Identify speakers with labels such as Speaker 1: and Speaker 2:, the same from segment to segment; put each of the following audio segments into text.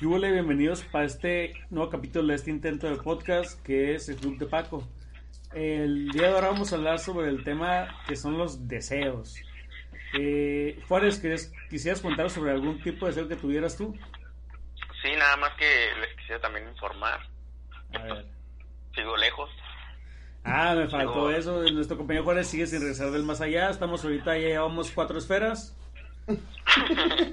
Speaker 1: Y hola, bienvenidos para este nuevo capítulo de este intento de podcast que es el Club de Paco. El día de ahora vamos a hablar sobre el tema que son los deseos. Eh, Juárez, ¿quieres- ¿quisieras contar sobre algún tipo de deseo que tuvieras tú?
Speaker 2: Sí, nada más que les quisiera también informar.
Speaker 1: A ver.
Speaker 2: Sigo lejos.
Speaker 1: Ah, me faltó eso. Nuestro compañero Juárez sigue sin regresar del más allá. Estamos ahorita, ya llevamos cuatro esferas.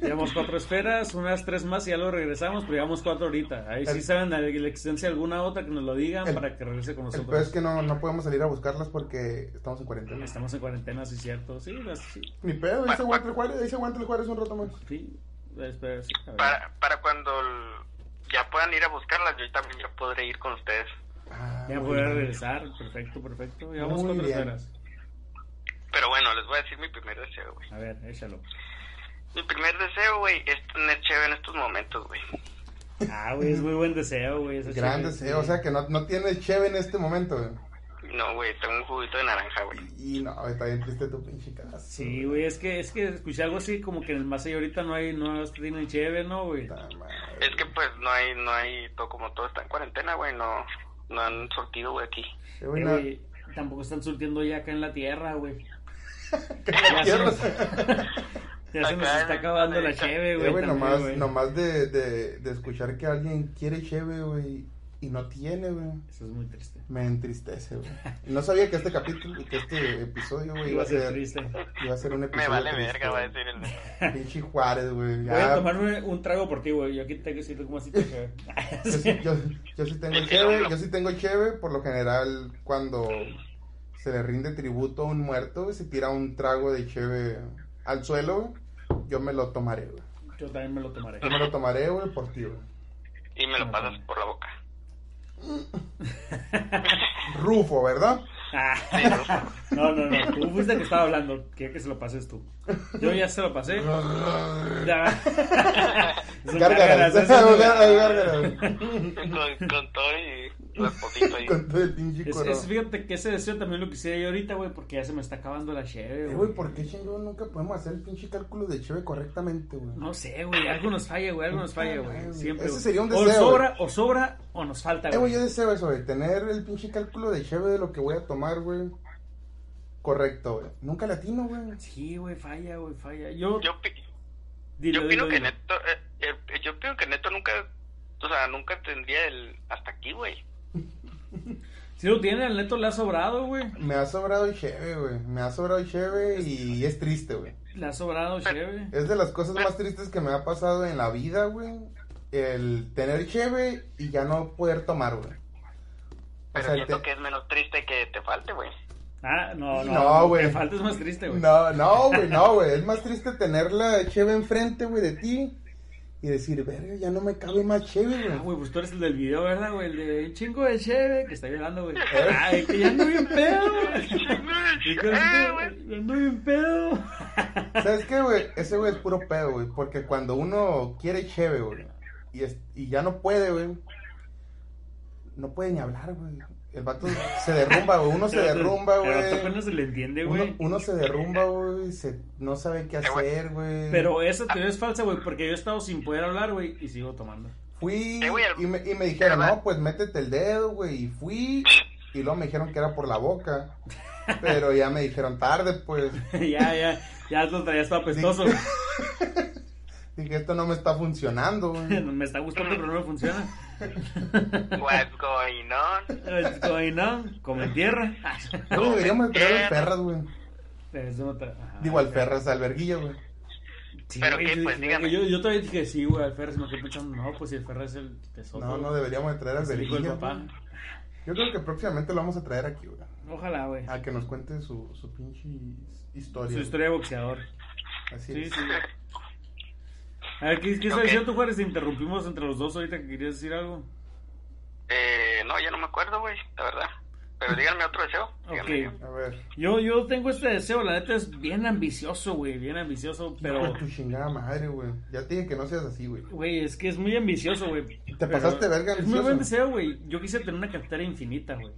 Speaker 1: llevamos cuatro esferas, unas tres más y ya lo regresamos, pero llevamos cuatro ahorita. Ahí sí
Speaker 3: El-
Speaker 1: saben la, la existencia de alguna otra que nos lo digan
Speaker 3: El-
Speaker 1: para que regrese con
Speaker 3: El
Speaker 1: nosotros.
Speaker 3: peor es que no, no podemos salir a buscarlas porque estamos en cuarentena.
Speaker 1: Estamos en cuarentena, sí, cierto. Sí, las- sí.
Speaker 3: Ni pedo, ahí se aguanta el Juárez, ahí se aguanta el Juárez un rato más.
Speaker 1: sí, espera, sí, a ver.
Speaker 2: Para, para cuando el- ya puedan ir a buscarlas, yo también ya podré ir con ustedes.
Speaker 3: Ah,
Speaker 1: Ya
Speaker 3: muy
Speaker 1: voy a
Speaker 3: bien.
Speaker 1: regresar, perfecto, perfecto. Llevamos
Speaker 3: Muy
Speaker 1: cuatro
Speaker 3: bien.
Speaker 1: esferas.
Speaker 2: Pero bueno, les voy a decir mi primer deseo, güey.
Speaker 1: A ver, échalo.
Speaker 2: Mi primer deseo, güey, es tener cheve en estos momentos, güey.
Speaker 1: Ah, güey, es muy buen deseo, güey. eso es
Speaker 3: Gran
Speaker 1: chévere,
Speaker 3: deseo, eh, o
Speaker 1: sí.
Speaker 3: sea que no, no tiene cheve en este momento. güey.
Speaker 2: No, güey, tengo un juguito de naranja, güey.
Speaker 3: Y no, está bien triste tu pinche casa.
Speaker 1: Sí, güey, es que, es que escuché algo así como que en el más allá ahorita no hay, no es que tienen chévere, ¿no, güey?
Speaker 3: Puta madre.
Speaker 2: Es que pues no hay, no hay, todo como todo está en cuarentena, güey, no, no han sortido, güey, aquí.
Speaker 3: Qué
Speaker 1: Eh,
Speaker 3: buena-
Speaker 1: güey, tampoco están surtiendo ya acá en la tierra, güey. Ya se
Speaker 3: la tierra.
Speaker 1: nos- ya se nos
Speaker 2: Acá
Speaker 1: está
Speaker 2: en-
Speaker 1: acabando la
Speaker 2: acá.
Speaker 1: cheve,
Speaker 3: Eh,
Speaker 1: güey.
Speaker 3: güey,
Speaker 1: también,
Speaker 3: nomás,
Speaker 1: güey.
Speaker 3: nomás de, de, de escuchar que alguien quiere cheve, güey, y no tiene, güey.
Speaker 1: Eso es muy triste.
Speaker 3: Me entristece, güey. No sabía que este capítulo, que este episodio, güey, iba a ser,
Speaker 1: triste.
Speaker 3: iba a ser un
Speaker 2: Me
Speaker 3: episodio.
Speaker 2: vale
Speaker 3: triste,
Speaker 2: verga, va a
Speaker 3: güey.
Speaker 2: decir el...
Speaker 3: Pinche Juárez, güey.
Speaker 1: Voy a
Speaker 3: Ya,
Speaker 1: tomarme un trago por ti, güey. Yo aquí tengo que decirte cómo así te cheve.
Speaker 3: yo, sí- yo, yo sí tengo
Speaker 2: El- el
Speaker 3: cheve,
Speaker 2: hombro.
Speaker 3: yo sí tengo cheve, por lo general cuando se le rinde tributo a un muerto, güey, se tira un trago de cheve al suelo, güey, yo me lo tomaré, güey.
Speaker 1: Yo también me lo tomaré.
Speaker 3: Yo me lo tomaré, güey, por ti, güey.
Speaker 2: Y me lo pasas por la boca.
Speaker 3: Rufo, ¿verdad?
Speaker 1: Ah, no, no, no. Tú fuiste el que estaba hablando. Quiero que se lo pases tú. Yo ya se lo pasé. Ya. Son
Speaker 3: Gárgaras,
Speaker 1: gárgaras, eso es-
Speaker 3: gárgaras, gárgaras.
Speaker 2: con, con todo y rasposito ahí.
Speaker 3: Con todo el pinche
Speaker 1: Es,
Speaker 3: coro.
Speaker 1: es- fíjate que ese deseo también lo quisiera yo ahorita, güey, porque ya se me está acabando la cheve,
Speaker 3: Eh,
Speaker 1: güey.
Speaker 3: güey, ¿por qué chingón nunca podemos hacer el pinche cálculo de cheve correctamente, güey?
Speaker 1: No sé, güey, algo nos falla, güey, algo nos falla, güey. Siempre.
Speaker 3: Ah, Ese
Speaker 1: güey.
Speaker 3: sería un
Speaker 1: O
Speaker 3: deseo,
Speaker 1: sobra, o sobra, o nos falta,
Speaker 3: Eh, güey, yo
Speaker 1: güey.
Speaker 3: deseo eso, güey. Tener el pinche cálculo de cheve de lo que voy a tomar, güey. Correcto, güey. Nunca latino, güey.
Speaker 1: Sí, güey, falla, güey, falla. Yo,
Speaker 2: Yo, pi-
Speaker 1: dilo,
Speaker 2: yo opino
Speaker 1: dilo,
Speaker 2: que
Speaker 1: dilo.
Speaker 2: Neto, eh, eh, yo opino que Neto nunca, o sea, nunca tendría el hasta aquí, güey.
Speaker 1: Si lo tiene, al neto le ha sobrado, güey.
Speaker 3: Me ha sobrado cheve, güey. Me ha sobrado cheve y es triste, güey.
Speaker 1: Le ha sobrado cheve.
Speaker 3: Es de las cosas más tristes que me ha pasado en la vida, güey. El tener cheve y ya no poder tomar, güey.
Speaker 2: Pero
Speaker 3: sea,
Speaker 2: siento
Speaker 3: te-
Speaker 2: que es menos triste que te falte, güey.
Speaker 1: Ah, no, no.
Speaker 3: No, güey.
Speaker 1: Te falta es más triste, güey.
Speaker 3: No, no, güey, no, güey. Es más triste tenerla cheve enfrente, güey, de ti. Y decir, verga, ya no me cabe más cheve,
Speaker 1: Ah,
Speaker 3: güey.
Speaker 1: güey, pues tú eres el del video, ¿verdad, güey? El de "Un chingo de cheve que está llorando, güey.
Speaker 3: ¿Eh?
Speaker 1: Ay, que ya ando bien pedo, güey. Y que
Speaker 2: Eh,
Speaker 3: Ah,
Speaker 1: ando-
Speaker 2: güey.
Speaker 1: Ya ando bien pedo.
Speaker 3: ¿Sabes qué, güey? Ese güey es puro pedo, güey. Porque cuando uno quiere cheve, güey, y, es- y ya no puede, güey, no puede ni hablar, güey. El vato se derrumba, güey. Uno se derrumba,
Speaker 1: Pero tú
Speaker 3: güey.
Speaker 1: apenas se le entiende,
Speaker 3: Uno,
Speaker 1: güey.
Speaker 3: uno se derrumba, güey. se- No sabe qué
Speaker 2: Eh, güey.
Speaker 3: hacer, güey.
Speaker 1: Pero esa teoría es falsa, güey, porque yo he estado sin poder hablar, güey, y sigo tomando.
Speaker 3: Fui
Speaker 2: Eh, güey, el-
Speaker 3: y me, y me dijeron,
Speaker 2: el-
Speaker 3: no, pues métete el dedo, güey. Y fui y luego me dijeron que era por la boca. Pero ya me dijeron tarde, pues.
Speaker 1: ya, ya, ya lo traías todo apestoso.
Speaker 3: Dije, esto no me está funcionando, güey.
Speaker 1: me está gustando, pero no me funciona.
Speaker 2: What's going on?
Speaker 1: It's going on, como en tierra.
Speaker 3: Luego deberíamos de traer al Ferras, güey.
Speaker 1: Es otra- ajá.
Speaker 3: Digo, al Ferras, al Verguilla, güey.
Speaker 1: Sí,
Speaker 2: Pero
Speaker 1: güey,
Speaker 2: qué,
Speaker 1: yo
Speaker 2: pues,
Speaker 1: dije,
Speaker 2: dígame.
Speaker 1: Yo, yo todavía dije sí, güey, al Ferrer. Se me quedé pensando, no, pues si el Ferrer es el tesoro.
Speaker 3: No, no deberíamos de traer al
Speaker 1: el hijo del
Speaker 3: Verguilla.
Speaker 1: papá.
Speaker 3: güey. Yo creo que próximamente lo vamos a traer aquí, güey.
Speaker 1: Ojalá, güey.
Speaker 3: A que nos cuente su, su pinche historia.
Speaker 1: Su
Speaker 3: güey.
Speaker 1: historia de boxeador.
Speaker 3: Así
Speaker 1: Sí,
Speaker 3: es.
Speaker 1: sí. A ver, ¿qué, qué estás
Speaker 2: Ok.
Speaker 1: diciendo tú, Juárez? Te interrumpimos entre los dos ahorita que querías decir algo.
Speaker 2: Eh, no, ya no me acuerdo, güey, la verdad. Pero díganme otro deseo. díganme,
Speaker 1: Ok.
Speaker 2: díganme.
Speaker 3: A ver.
Speaker 1: Yo, yo tengo este deseo, la neta es bien ambicioso, güey, bien ambicioso, pero,
Speaker 3: Hijo de Tu chingada madre, güey. Ya te dije que no seas así, güey.
Speaker 1: güey, es que es muy ambicioso, güey. Te
Speaker 3: pasaste de verga
Speaker 1: Es muy buen
Speaker 3: ambicioso.
Speaker 1: deseo, güey. Yo quise tener una cartera infinita, güey.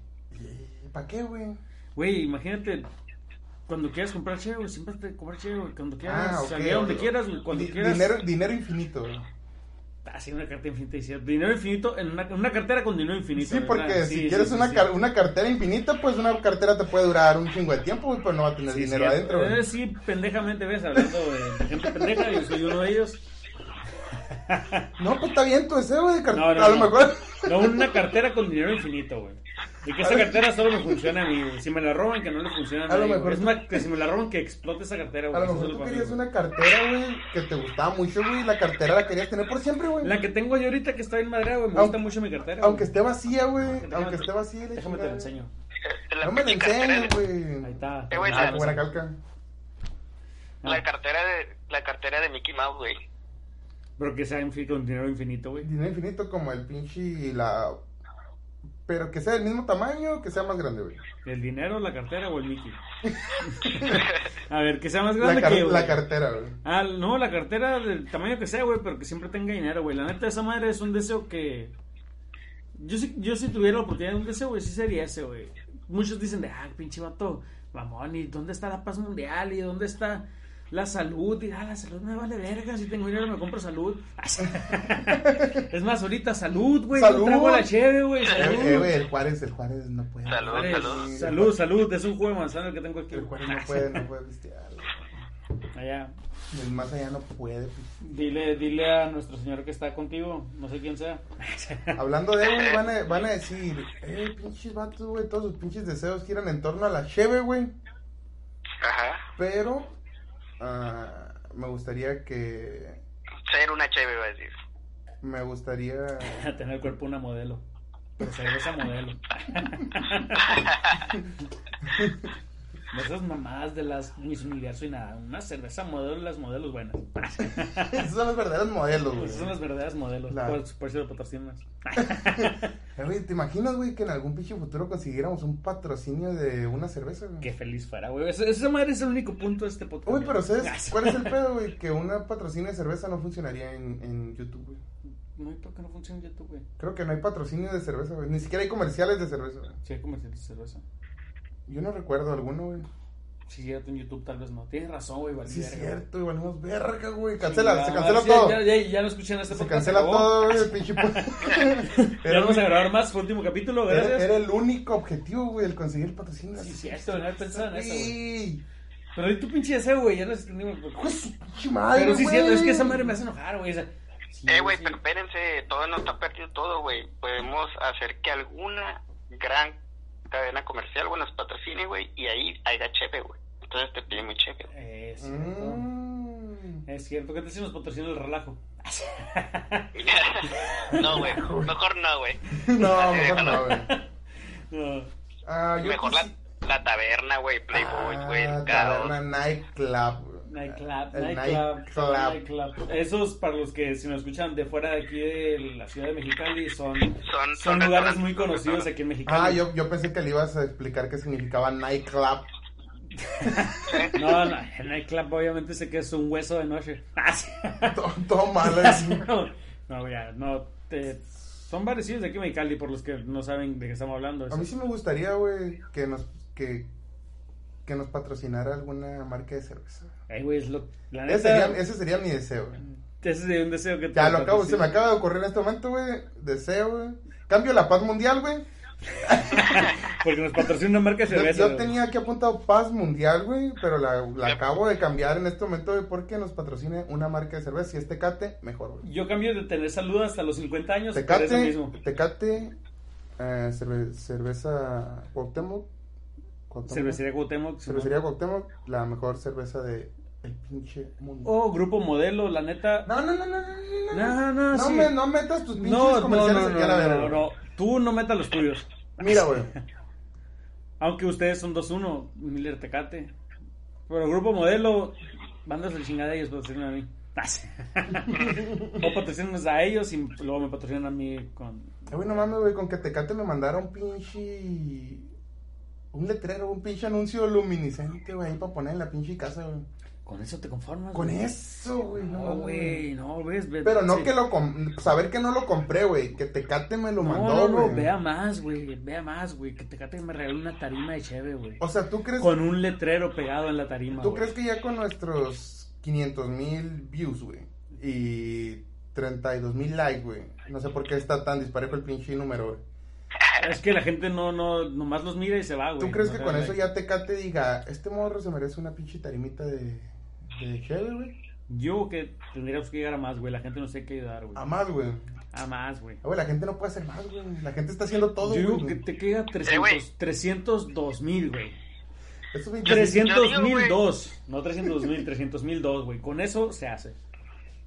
Speaker 3: ¿Para qué, güey?
Speaker 1: Güey, imagínate, cuando quieras comprar cheve, güey, siempre te comprar cheve, güey, cuando quieras,
Speaker 3: Ah, ok.
Speaker 1: salir a donde quieras, güey, cuando
Speaker 3: Di-
Speaker 1: quieras.
Speaker 3: Dinero, dinero infinito, güey.
Speaker 1: Así una cartera infinita, y cierto. Dinero infinito, en una, una cartera con dinero infinito.
Speaker 3: Sí,
Speaker 1: ¿verdad?
Speaker 3: porque
Speaker 1: Sí,
Speaker 3: si
Speaker 1: sí,
Speaker 3: quieres
Speaker 1: sí,
Speaker 3: una,
Speaker 1: sí.
Speaker 3: car- una cartera infinita, pues una cartera te puede durar un chingo de tiempo, güey, pero no va a tener
Speaker 1: Sí,
Speaker 3: dinero
Speaker 1: cierto.
Speaker 3: adentro, güey.
Speaker 1: Eh, Sí, pendejamente ves hablando güey, de gente pendeja, yo soy uno de ellos.
Speaker 3: No, pues está bien tu deseo, güey, de cartera.
Speaker 1: No, no,
Speaker 3: a lo
Speaker 1: no.
Speaker 3: mejor.
Speaker 1: No, una cartera con dinero infinito, güey. Y que esa cartera solo me funciona a mí, güey. Si me la roban, que no le funciona a
Speaker 3: A lo
Speaker 1: nadie. güey.
Speaker 3: mejor
Speaker 1: Es
Speaker 3: tú-
Speaker 1: una, que si me la roban, que explote esa cartera,
Speaker 3: A
Speaker 1: güey.
Speaker 3: lo
Speaker 1: Eso
Speaker 3: mejor
Speaker 1: es
Speaker 3: tú
Speaker 1: para mí,
Speaker 3: querías
Speaker 1: güey.
Speaker 3: una cartera, güey, que te gustaba mucho, güey, y la cartera la querías tener por siempre, güey.
Speaker 1: La que tengo yo ahorita que está bien madreada, güey. Me gusta
Speaker 3: Aunque-
Speaker 1: mucho mi cartera.
Speaker 3: Aunque
Speaker 1: güey.
Speaker 3: esté vacía, güey,
Speaker 1: Déjame
Speaker 3: aunque
Speaker 1: te-
Speaker 3: esté vacía, la
Speaker 1: Déjame te
Speaker 3: chingada.
Speaker 1: la enseño.
Speaker 2: Eh, la
Speaker 3: No me la
Speaker 2: pinche cartera
Speaker 3: enseñes,
Speaker 2: de-
Speaker 3: güey.
Speaker 1: Ahí está.
Speaker 2: Eh, güey,
Speaker 1: Ah,
Speaker 3: Ah,
Speaker 2: la-
Speaker 1: pues,
Speaker 3: buena calca.
Speaker 2: La cartera de la cartera de Mickey Mouse, güey.
Speaker 1: Pero que sea infi- con dinero infinito, güey.
Speaker 3: Dinero infinito como el pinche la... Pero que sea del mismo tamaño, que sea más grande, güey.
Speaker 1: ¿El dinero, la cartera o el Mickey? a ver, que sea más
Speaker 3: La,
Speaker 1: grande
Speaker 3: car-
Speaker 1: que, güey.
Speaker 3: la cartera, güey.
Speaker 1: Ah, no, la cartera del tamaño que sea, güey, pero que siempre tenga dinero, güey. La neta, esa madre es un deseo que. Yo si, yo si tuviera la oportunidad de un deseo, güey, sí sería ese, güey. Muchos dicen de, ah, pinche vato, mamón, ¿y dónde está la paz mundial? ¿Y dónde está la salud? Y, ah, la salud me vale verga, si tengo dinero me compro salud. es más, ahorita, salud, güey.
Speaker 3: Salud.
Speaker 1: Yo trago la cheve, güey, salud.
Speaker 3: Eh, eh, güey, el Juárez, el Juárez no puede.
Speaker 2: Salud,
Speaker 3: güey.
Speaker 1: Salud, salud, salud, es un juego de manzana que tengo aquí.
Speaker 3: El Juárez no puede, no puede pistear. güey.
Speaker 1: Allá.
Speaker 3: El más allá no puede pistear.
Speaker 1: Dile, dile a nuestro señor que está contigo, no sé quién sea.
Speaker 3: Hablando de, güey, van a, van a decir, eh, pinches vatos, güey, todos sus pinches deseos giran en torno a la cheve, güey.
Speaker 2: Ajá.
Speaker 3: Pero ah, me gustaría que...
Speaker 2: Ser una chévere, iba a decir.
Speaker 3: Me gustaría...
Speaker 1: A tener el cuerpo una modelo. Pero cerveza modelo. No esas mamás de las mis Universo y nada. Una cerveza modelo las modelos buenas.
Speaker 3: Esos son los verdaderos modelos, güey.
Speaker 1: Esas son las verdaderas modelos.
Speaker 3: Claro.
Speaker 1: Por, por si lo patrocinas.
Speaker 3: Eh, güey, ¿te imaginas, güey, que en algún pinche futuro consiguiéramos un patrocinio de una cerveza, güey?
Speaker 1: Qué feliz fuera, güey. Esa, esa madre es el único punto de este podcast.
Speaker 3: Uy, pero
Speaker 1: Ah,
Speaker 3: ¿sabes
Speaker 1: sí.
Speaker 3: cuál es el pedo, güey? Que una patrocinio de cerveza no funcionaría en, en YouTube, güey.
Speaker 1: No, ¿y por qué no funciona YouTube, güey?
Speaker 3: Creo que no hay patrocinio de cerveza, güey. Ni siquiera hay comerciales de cerveza, güey.
Speaker 1: Si hay comerciales de cerveza.
Speaker 3: Yo no recuerdo alguno, güey.
Speaker 1: Si llega en YouTube, tal vez no. Tienes razón, güey. valí
Speaker 3: Sí, es
Speaker 1: verga,
Speaker 3: cierto, güey. Valimos verga, güey.
Speaker 1: Chingada
Speaker 3: Cancela, se
Speaker 1: madre.
Speaker 3: cancela
Speaker 1: Sí,
Speaker 3: todo.
Speaker 1: Ya, ya, ya lo escuché en este
Speaker 3: Se
Speaker 1: podcast.
Speaker 3: cancela
Speaker 1: acabó.
Speaker 3: todo, güey. el pinche. po-
Speaker 1: Ya
Speaker 3: era,
Speaker 1: vamos a grabar más. Último capítulo,
Speaker 3: era-
Speaker 1: gracias.
Speaker 3: era el único objetivo, güey, el conseguir patrocinio. de
Speaker 1: Sí,
Speaker 3: cerveza.
Speaker 1: cierto, no he pensado en eso, güey.
Speaker 3: Sí.
Speaker 1: Pero hoy tu pinche deseo, güey, ya no entendimos.
Speaker 3: Hijo de su pinche madre,
Speaker 1: Pero sí,
Speaker 3: güey.
Speaker 1: cierto, es que esa madre me hace enojar, güey. esa- Sí,
Speaker 2: Eh, güey,
Speaker 1: sí.
Speaker 2: pero espérense, todo no está perdido todo, güey. Podemos hacer que alguna gran cadena comercial, bueno, nos patrocine, güey, y ahí haya chepe, güey. Entonces te pide muy chepe, güey.
Speaker 1: Eh, Es cierto.
Speaker 3: Mm.
Speaker 1: Es cierto, ¿qué te si nos patrocina el relajo?
Speaker 2: no, güey, mejor no, güey.
Speaker 3: No, mejor no, güey.
Speaker 1: No.
Speaker 3: Ah, yo
Speaker 2: Mejor la,
Speaker 3: quisi-
Speaker 2: la taberna, güey, Playboy, güey,
Speaker 3: Ah,
Speaker 2: el
Speaker 3: taberna
Speaker 2: caos.
Speaker 3: nightclub. güey.
Speaker 1: Nightclub,
Speaker 3: El
Speaker 1: nightclub,
Speaker 3: nightclub.
Speaker 1: nightclub. Esos, para los que si nos escuchan de fuera de aquí de la ciudad de Mexicali, son,
Speaker 2: Son-
Speaker 1: son
Speaker 2: son
Speaker 1: lugares
Speaker 2: restaurantes,
Speaker 1: muy
Speaker 2: son
Speaker 1: conocidos
Speaker 2: restaurantes.
Speaker 1: aquí en Mexicali.
Speaker 3: Ah, yo, yo pensé que le ibas a explicar qué significaba nightclub.
Speaker 1: No, no, el nightclub obviamente sé que es un hueso de noche. Ah, sí.
Speaker 3: Todo, todo mal.
Speaker 1: no, ya, no. te- son parecidos de aquí en Mexicali, por los que no saben de qué estamos hablando.
Speaker 3: A mí sí me gustaría, güey, que nos, que, que nos patrocinara alguna marca de cerveza.
Speaker 1: Ay, güey, es lo. La
Speaker 3: Ese
Speaker 1: neta.
Speaker 3: sería, ese sería mi deseo, güey.
Speaker 1: Ese sería un deseo que te.
Speaker 3: Ya lo acabo, se me
Speaker 1: patrocina.
Speaker 3: acaba de ocurrir en este momento, güey. Deseo, güey. Cambio la paz mundial, güey.
Speaker 1: Porque nos patrocina una marca de
Speaker 3: Yo,
Speaker 1: cerveza.
Speaker 3: yo
Speaker 1: güey.
Speaker 3: tenía aquí apuntado paz mundial, güey, pero la, la acabo de cambiar en este momento, güey, porque nos patrocine una marca de cerveza. Si este cate, mejor, güey.
Speaker 1: Yo cambio de tener salud hasta los 50 años. por eso
Speaker 3: Tecate,
Speaker 1: mismo.
Speaker 3: Tecate, eh, cerve- cerveza Cuauhtémoc, Cuauhtémoc.
Speaker 1: Cervecería Cuauhtémoc. Simón.
Speaker 3: Cervecería Cuauhtémoc, la mejor cerveza de el pinche mundo.
Speaker 1: O Grupo Modelo, la neta.
Speaker 3: No, no, no, no, no, no,
Speaker 1: Oh. No, no, sí.
Speaker 3: me, no metas tus pinches
Speaker 1: No, no, no,
Speaker 3: comerciales
Speaker 1: no,
Speaker 3: aquí a la
Speaker 1: no,
Speaker 3: verga,
Speaker 1: no,
Speaker 3: güey.
Speaker 1: no. Tú no metas los tuyos.
Speaker 3: Mira, güey, Eh,
Speaker 1: Aunque ustedes son 2-1, Miller Tecate. Pero Grupo Modelo, bandas de chingada ellos patrocinan a mí. Ah, o patrocinanos a ellos y luego me patrocinan a mí con.
Speaker 3: Eh, güey, no mames, güey, con que Tecate me mandara un pinche. Un letrero, un pinche anuncio luminiscente, güey, ahí para poner en la pinche casa, güey.
Speaker 1: Con eso te conformas.
Speaker 3: Con
Speaker 1: Ah, güey?
Speaker 3: eso, güey, no,
Speaker 1: No, güey, no, ves. ve-
Speaker 3: Pero no
Speaker 1: sí.
Speaker 3: que lo. com- Saber que no lo compré, güey. Que Tecate me lo
Speaker 1: No,
Speaker 3: mandó,
Speaker 1: no, no,
Speaker 3: güey.
Speaker 1: vea más, güey, vea más, güey. Que Tecate me regaló una tarima de cheve, güey.
Speaker 3: O sea, ¿tú crees,
Speaker 1: Con un letrero pegado en la tarima.
Speaker 3: ¿tú
Speaker 1: güey.
Speaker 3: crees que ya con nuestros 500 mil views, güey? Y 32 mil likes, güey. No sé por qué está tan disparejo el pinche número, güey.
Speaker 1: Es que la gente no, no, nomás los mira y se va, güey.
Speaker 3: ¿Tú crees
Speaker 1: No
Speaker 3: que
Speaker 1: se
Speaker 3: con
Speaker 1: ve,
Speaker 3: eso
Speaker 1: güey.
Speaker 3: ya Tecate diga, este morro se merece una pinche tarimita de, de cheve, güey?
Speaker 1: Yo que tendríamos que llegar a más, güey. La gente no sé qué ayudar, güey.
Speaker 3: A más, güey.
Speaker 1: A más, güey.
Speaker 3: Ah, güey, la gente no puede hacer más, güey. La gente está haciendo todo,
Speaker 1: Yo digo
Speaker 3: güey.
Speaker 1: que te queda
Speaker 2: Eh, güey.
Speaker 1: 300, 302 mil, güey.
Speaker 3: Esos 20
Speaker 1: 300
Speaker 2: yo digo,
Speaker 1: mil
Speaker 2: güey.
Speaker 1: dos. No 302 mil, 300 mil dos, güey. Con eso se hace.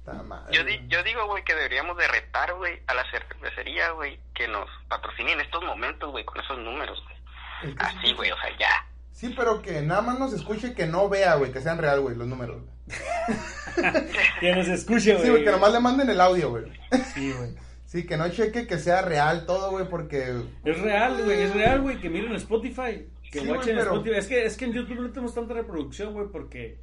Speaker 3: Está mal,
Speaker 2: Yo,
Speaker 3: güey.
Speaker 2: di- yo digo, güey, que deberíamos de retar, güey, a la cervecería, güey, que nos patrocinen estos momentos, güey, con esos números, güey.
Speaker 3: Es que-
Speaker 2: Así, güey, o sea, ya.
Speaker 3: Sí, pero que nada más nos escuche y que no vea, güey, que sean real, güey, los números. güey.
Speaker 1: Que nos escuche, güey.
Speaker 3: Sí, güey, que nomás le manden el audio, güey.
Speaker 1: Sí, güey.
Speaker 3: Sí, que no cheque que sea real todo, güey, porque...
Speaker 1: Es real, güey. Es real, güey. Que miren Spotify. Que
Speaker 3: Sí, güey,
Speaker 1: watchen
Speaker 3: pero-
Speaker 1: Spotify. Es que, es que en YouTube no tenemos tanta reproducción, güey, porque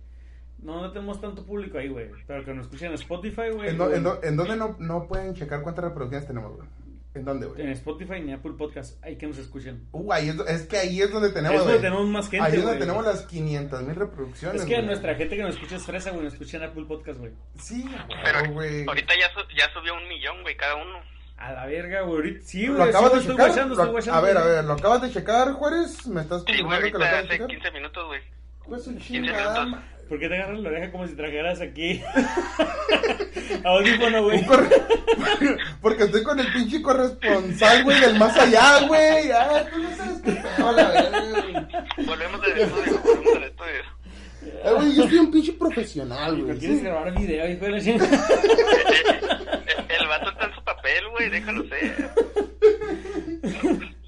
Speaker 1: no, no tenemos tanto público ahí, güey. Pero que nos escuchen en Spotify, güey.
Speaker 3: ¿En, do-
Speaker 1: o
Speaker 3: en do- en dónde no, no pueden checar cuántas reproducciones tenemos, güey? ¿En dónde,
Speaker 1: en
Speaker 3: güey?
Speaker 1: Spotify ni Apple Podcast. Ahí que nos escuchen.
Speaker 3: Uh, ahí es, do- es que ahí es donde tenemos,
Speaker 1: es donde
Speaker 3: güey.
Speaker 1: tenemos más gente,
Speaker 3: Ahí es
Speaker 1: güey.
Speaker 3: donde tenemos las 500 mil reproducciones,
Speaker 1: Es que
Speaker 3: güey.
Speaker 1: nuestra gente que nos escucha es fresa, güey. Nos escucha en Apple Podcast, güey.
Speaker 3: Sí,
Speaker 2: Pero
Speaker 3: güey.
Speaker 2: ahorita ya, su- ya subió un millón, güey, cada uno.
Speaker 1: A la verga, güey. ahorita- Sí, güey.
Speaker 3: ¿Lo acabas
Speaker 1: sí,
Speaker 3: de
Speaker 1: estoy
Speaker 3: checar?
Speaker 1: guachando,
Speaker 3: Lo-
Speaker 1: estoy guachando,
Speaker 3: a ver, a
Speaker 1: güey.
Speaker 3: ver, ¿lo acabas de checar, Juárez? ¿Me estás
Speaker 2: Sí, güey,
Speaker 3: confirmando que
Speaker 2: ahorita
Speaker 3: lo acabas de
Speaker 2: hace
Speaker 3: checar?
Speaker 2: 15 minutos, güey.
Speaker 3: Pues un
Speaker 2: 15
Speaker 3: chingada
Speaker 2: minutos.
Speaker 3: ma-
Speaker 1: ¿Por qué te agarras la oreja como si trajeras aquí? Audífono, güey.
Speaker 3: Un corre- Porque estoy con el pinche corresponsal, güey, del más allá, güey. Ah, tú no sabes qué pedo, la verga, güey.
Speaker 2: Volvemos del estudio, volvemos del estudio.
Speaker 3: Eh, güey, yo soy un pinche profesional,
Speaker 1: ¿Pero
Speaker 3: güey.
Speaker 1: quieres
Speaker 3: sí.
Speaker 1: grabar video, hijo de la chingada?
Speaker 2: El, Eh, el vato está en su papel, güey, déjalo ser.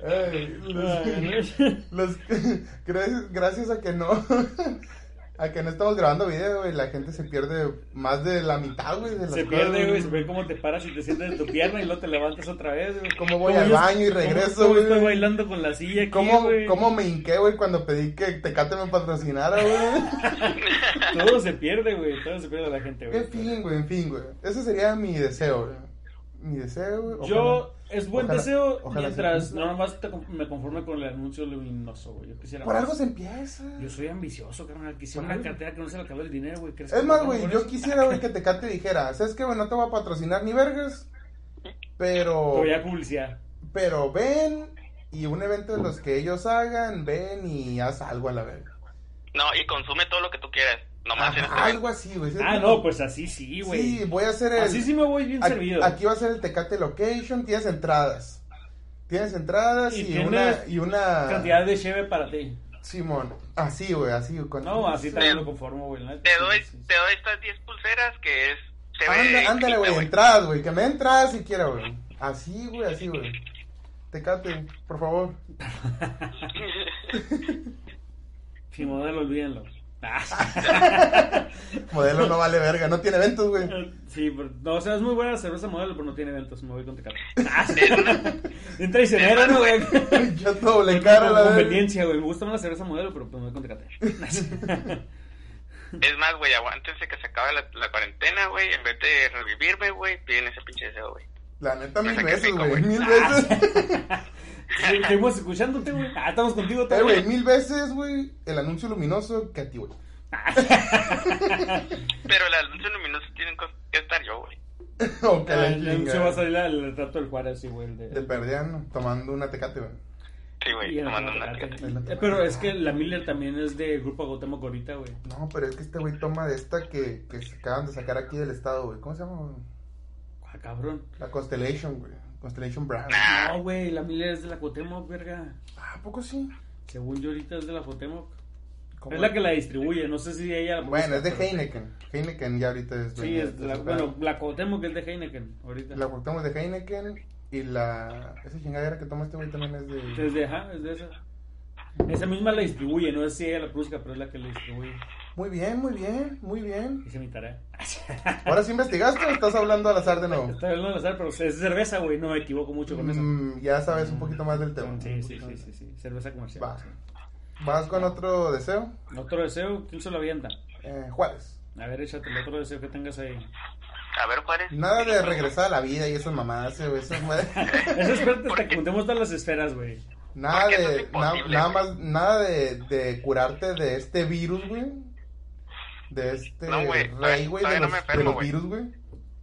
Speaker 3: Eh, los- los- gra- gracias a que no. A que no estamos grabando video, güey, la gente se pierde más de la mitad, güey, de las
Speaker 1: Se
Speaker 3: cosas,
Speaker 1: pierde, güey. Se ve cómo te paras y te sientes en tu pierna y luego te levantas otra vez, güey.
Speaker 3: Cómo voy
Speaker 1: Cómo
Speaker 3: al
Speaker 1: yo-
Speaker 3: baño y
Speaker 1: cómo-
Speaker 3: regreso,
Speaker 1: cómo
Speaker 3: güey.
Speaker 1: Estoy bailando con la silla aquí,
Speaker 3: ¿Cómo,
Speaker 1: güey.
Speaker 3: ¿Cómo me hinqué, güey, cuando pedí que Tecate me patrocinara, güey?
Speaker 1: Todo se pierde, güey. Todo se pierde la gente, güey.
Speaker 3: En fin, güey, en fin, güey. Ese sería mi deseo, güey. Mi deseo, güey. ojalá.
Speaker 1: Yo, es buen
Speaker 3: Ojalá-
Speaker 1: deseo
Speaker 3: ojalá
Speaker 1: mientras
Speaker 3: sí.
Speaker 1: no nomás te con- me conforme con el anuncio luminoso, güey. Yo quisiera
Speaker 3: Por
Speaker 1: más.
Speaker 3: algo se empieza.
Speaker 1: Yo soy ambicioso, carnal. Quisiera
Speaker 3: Por
Speaker 1: una
Speaker 3: algo.
Speaker 1: cartera que no se le acabe el dinero, güey. ¿Crees que
Speaker 3: Es más,
Speaker 1: me
Speaker 3: güey,
Speaker 1: conformo
Speaker 3: yo
Speaker 1: con eso?
Speaker 3: quisiera, güey, que Tecate dijera, ¿sabes qué, güey? No te voy a patrocinar ni vergas, pero...
Speaker 1: Pero ya publicidad.
Speaker 3: Pero ven y un evento de los que ellos hagan, ven y haz algo a la verga.
Speaker 2: No, y consume todo lo que tú quieras. Nomás en este
Speaker 3: Ajá, Algo así, güey. ¿sí?
Speaker 1: Ah, no, pues así sí, güey.
Speaker 3: Sí, voy a hacer el...
Speaker 1: así sí me voy bien
Speaker 3: Ac-
Speaker 1: servido.
Speaker 3: Aquí va a ser el Tecate Location, tienes entradas. Tienes entradas
Speaker 1: Y
Speaker 3: y,
Speaker 1: tienes
Speaker 3: una... Y una...
Speaker 1: Cantidad de cheve para ti.
Speaker 3: Simón, así, güey, así. Con...
Speaker 1: No, así también
Speaker 2: Pero-
Speaker 1: me conformo, güey. la neta,
Speaker 2: Te
Speaker 1: sí,
Speaker 2: doy,
Speaker 1: sí, sí.
Speaker 2: te doy estas 10 pulseras que es. se ve
Speaker 3: Anda- ándale,
Speaker 2: infinita,
Speaker 3: güey, entradas, güey, que me dé entradas si quiera, güey. Así, güey, así, güey. Tecate, por favor.
Speaker 1: Si modelo, olvídenlo.
Speaker 3: Modelo no vale verga, no tiene eventos, güey.
Speaker 1: sí, pero, no, o sea, es muy buena la cerveza modelo, pero no tiene eventos. Me voy con Tecate.
Speaker 2: Es una-
Speaker 1: Bien traicionero, ¿no, güey?
Speaker 3: Ya doble cara, la
Speaker 1: Con
Speaker 3: verga.
Speaker 1: conveniencia, güey. Me gusta más la cerveza modelo, pero pues me voy con Tecate.
Speaker 2: Es más, güey, aguántense que se acabe la, la cuarentena, güey. En vez de revivirme, güey, piden ese pinche deseo, güey.
Speaker 3: La neta,
Speaker 2: Me
Speaker 3: mil
Speaker 2: saqué
Speaker 3: veces,
Speaker 2: pico,
Speaker 3: güey,
Speaker 2: güey.
Speaker 3: mil veces.
Speaker 1: Seguimos escuchándote, güey. Ah, estamos contigo,
Speaker 3: Eh,
Speaker 1: todo,
Speaker 3: güey, mil veces, güey, el anuncio luminoso que a ti, güey.
Speaker 2: Pero el anuncio luminoso tienen co- que estar yo, güey.
Speaker 3: O que
Speaker 1: Ah,
Speaker 3: la
Speaker 1: El anuncio va a
Speaker 3: chinga.
Speaker 1: salir el retrato del Juárez, sí, güey. el de-
Speaker 3: De perdiano, tomando una Tecate, güey.
Speaker 2: Sí, güey,
Speaker 1: Y el
Speaker 2: tomando una
Speaker 1: Tecate.
Speaker 2: tecate.
Speaker 3: Es la Tecate.
Speaker 1: Eh, Pero es que la Miller también es de Grupo Gotemo Gorita, güey.
Speaker 3: No, pero es que este güey toma de esta que, que se acaban de sacar aquí del estado, güey. ¿Cómo se llama, güey?
Speaker 1: Ah, cabrón.
Speaker 3: La Constellation, güey. Constellation Brand.
Speaker 1: No, güey, la Miller es de la Cotemoc, verga.
Speaker 3: Ah, ¿a poco sí?
Speaker 1: Según yo ahorita es de la Cotemoc.
Speaker 3: ¿Cómo?
Speaker 1: Es la que la distribuye, no sé si ella... la
Speaker 3: Bueno,
Speaker 1: produce,
Speaker 3: es de
Speaker 1: pero-
Speaker 3: Heineken. Heineken ya ahorita es
Speaker 1: Sí, es de la,
Speaker 3: su-
Speaker 1: bueno, la Cotemoc es de Heineken, ahorita.
Speaker 3: La cortamos de Heineken y la... Esa chingadera que toma este güey también es de...
Speaker 1: Es de, ajá, es de esa. Esa misma la distribuye, no sé si ella la produzca, pero es la que la distribuye.
Speaker 3: Muy bien, muy bien, muy bien.
Speaker 1: Hice mi tarea.
Speaker 3: ¿Ahora sí investigaste o estás hablando al azar de nuevo?
Speaker 1: Está hablando de azar, pero es de cerveza, güey. No me equivoco mucho con eso.
Speaker 3: Mm, ya sabes un poquito más del tema.
Speaker 1: Sí, sí, sí, sí, sí. Cerveza comercial.
Speaker 3: Va.
Speaker 1: sí.
Speaker 3: ¿Vas con otro deseo?
Speaker 1: Otro deseo, ¿quién se lo avienta?
Speaker 3: Eh, Juárez.
Speaker 1: A ver, échate el otro deseo que tengas ahí.
Speaker 2: A ver, Juárez.
Speaker 3: Nada de regresar a la vida y esas mamadas, eh, güey, esas madres.
Speaker 1: Eso espérate hasta que juntemos todas las esferas, güey.
Speaker 3: Nada
Speaker 2: Porque eso es
Speaker 3: de, na-
Speaker 2: imposible,
Speaker 3: nada
Speaker 2: güey.
Speaker 3: más, nada de, de curarte de este virus, güey. De este
Speaker 2: No, güey, todavía-
Speaker 3: rey, güey, de,
Speaker 2: todavía no
Speaker 3: los,
Speaker 2: me
Speaker 3: de
Speaker 2: enfermo,
Speaker 3: los
Speaker 2: güey.
Speaker 3: virus, güey.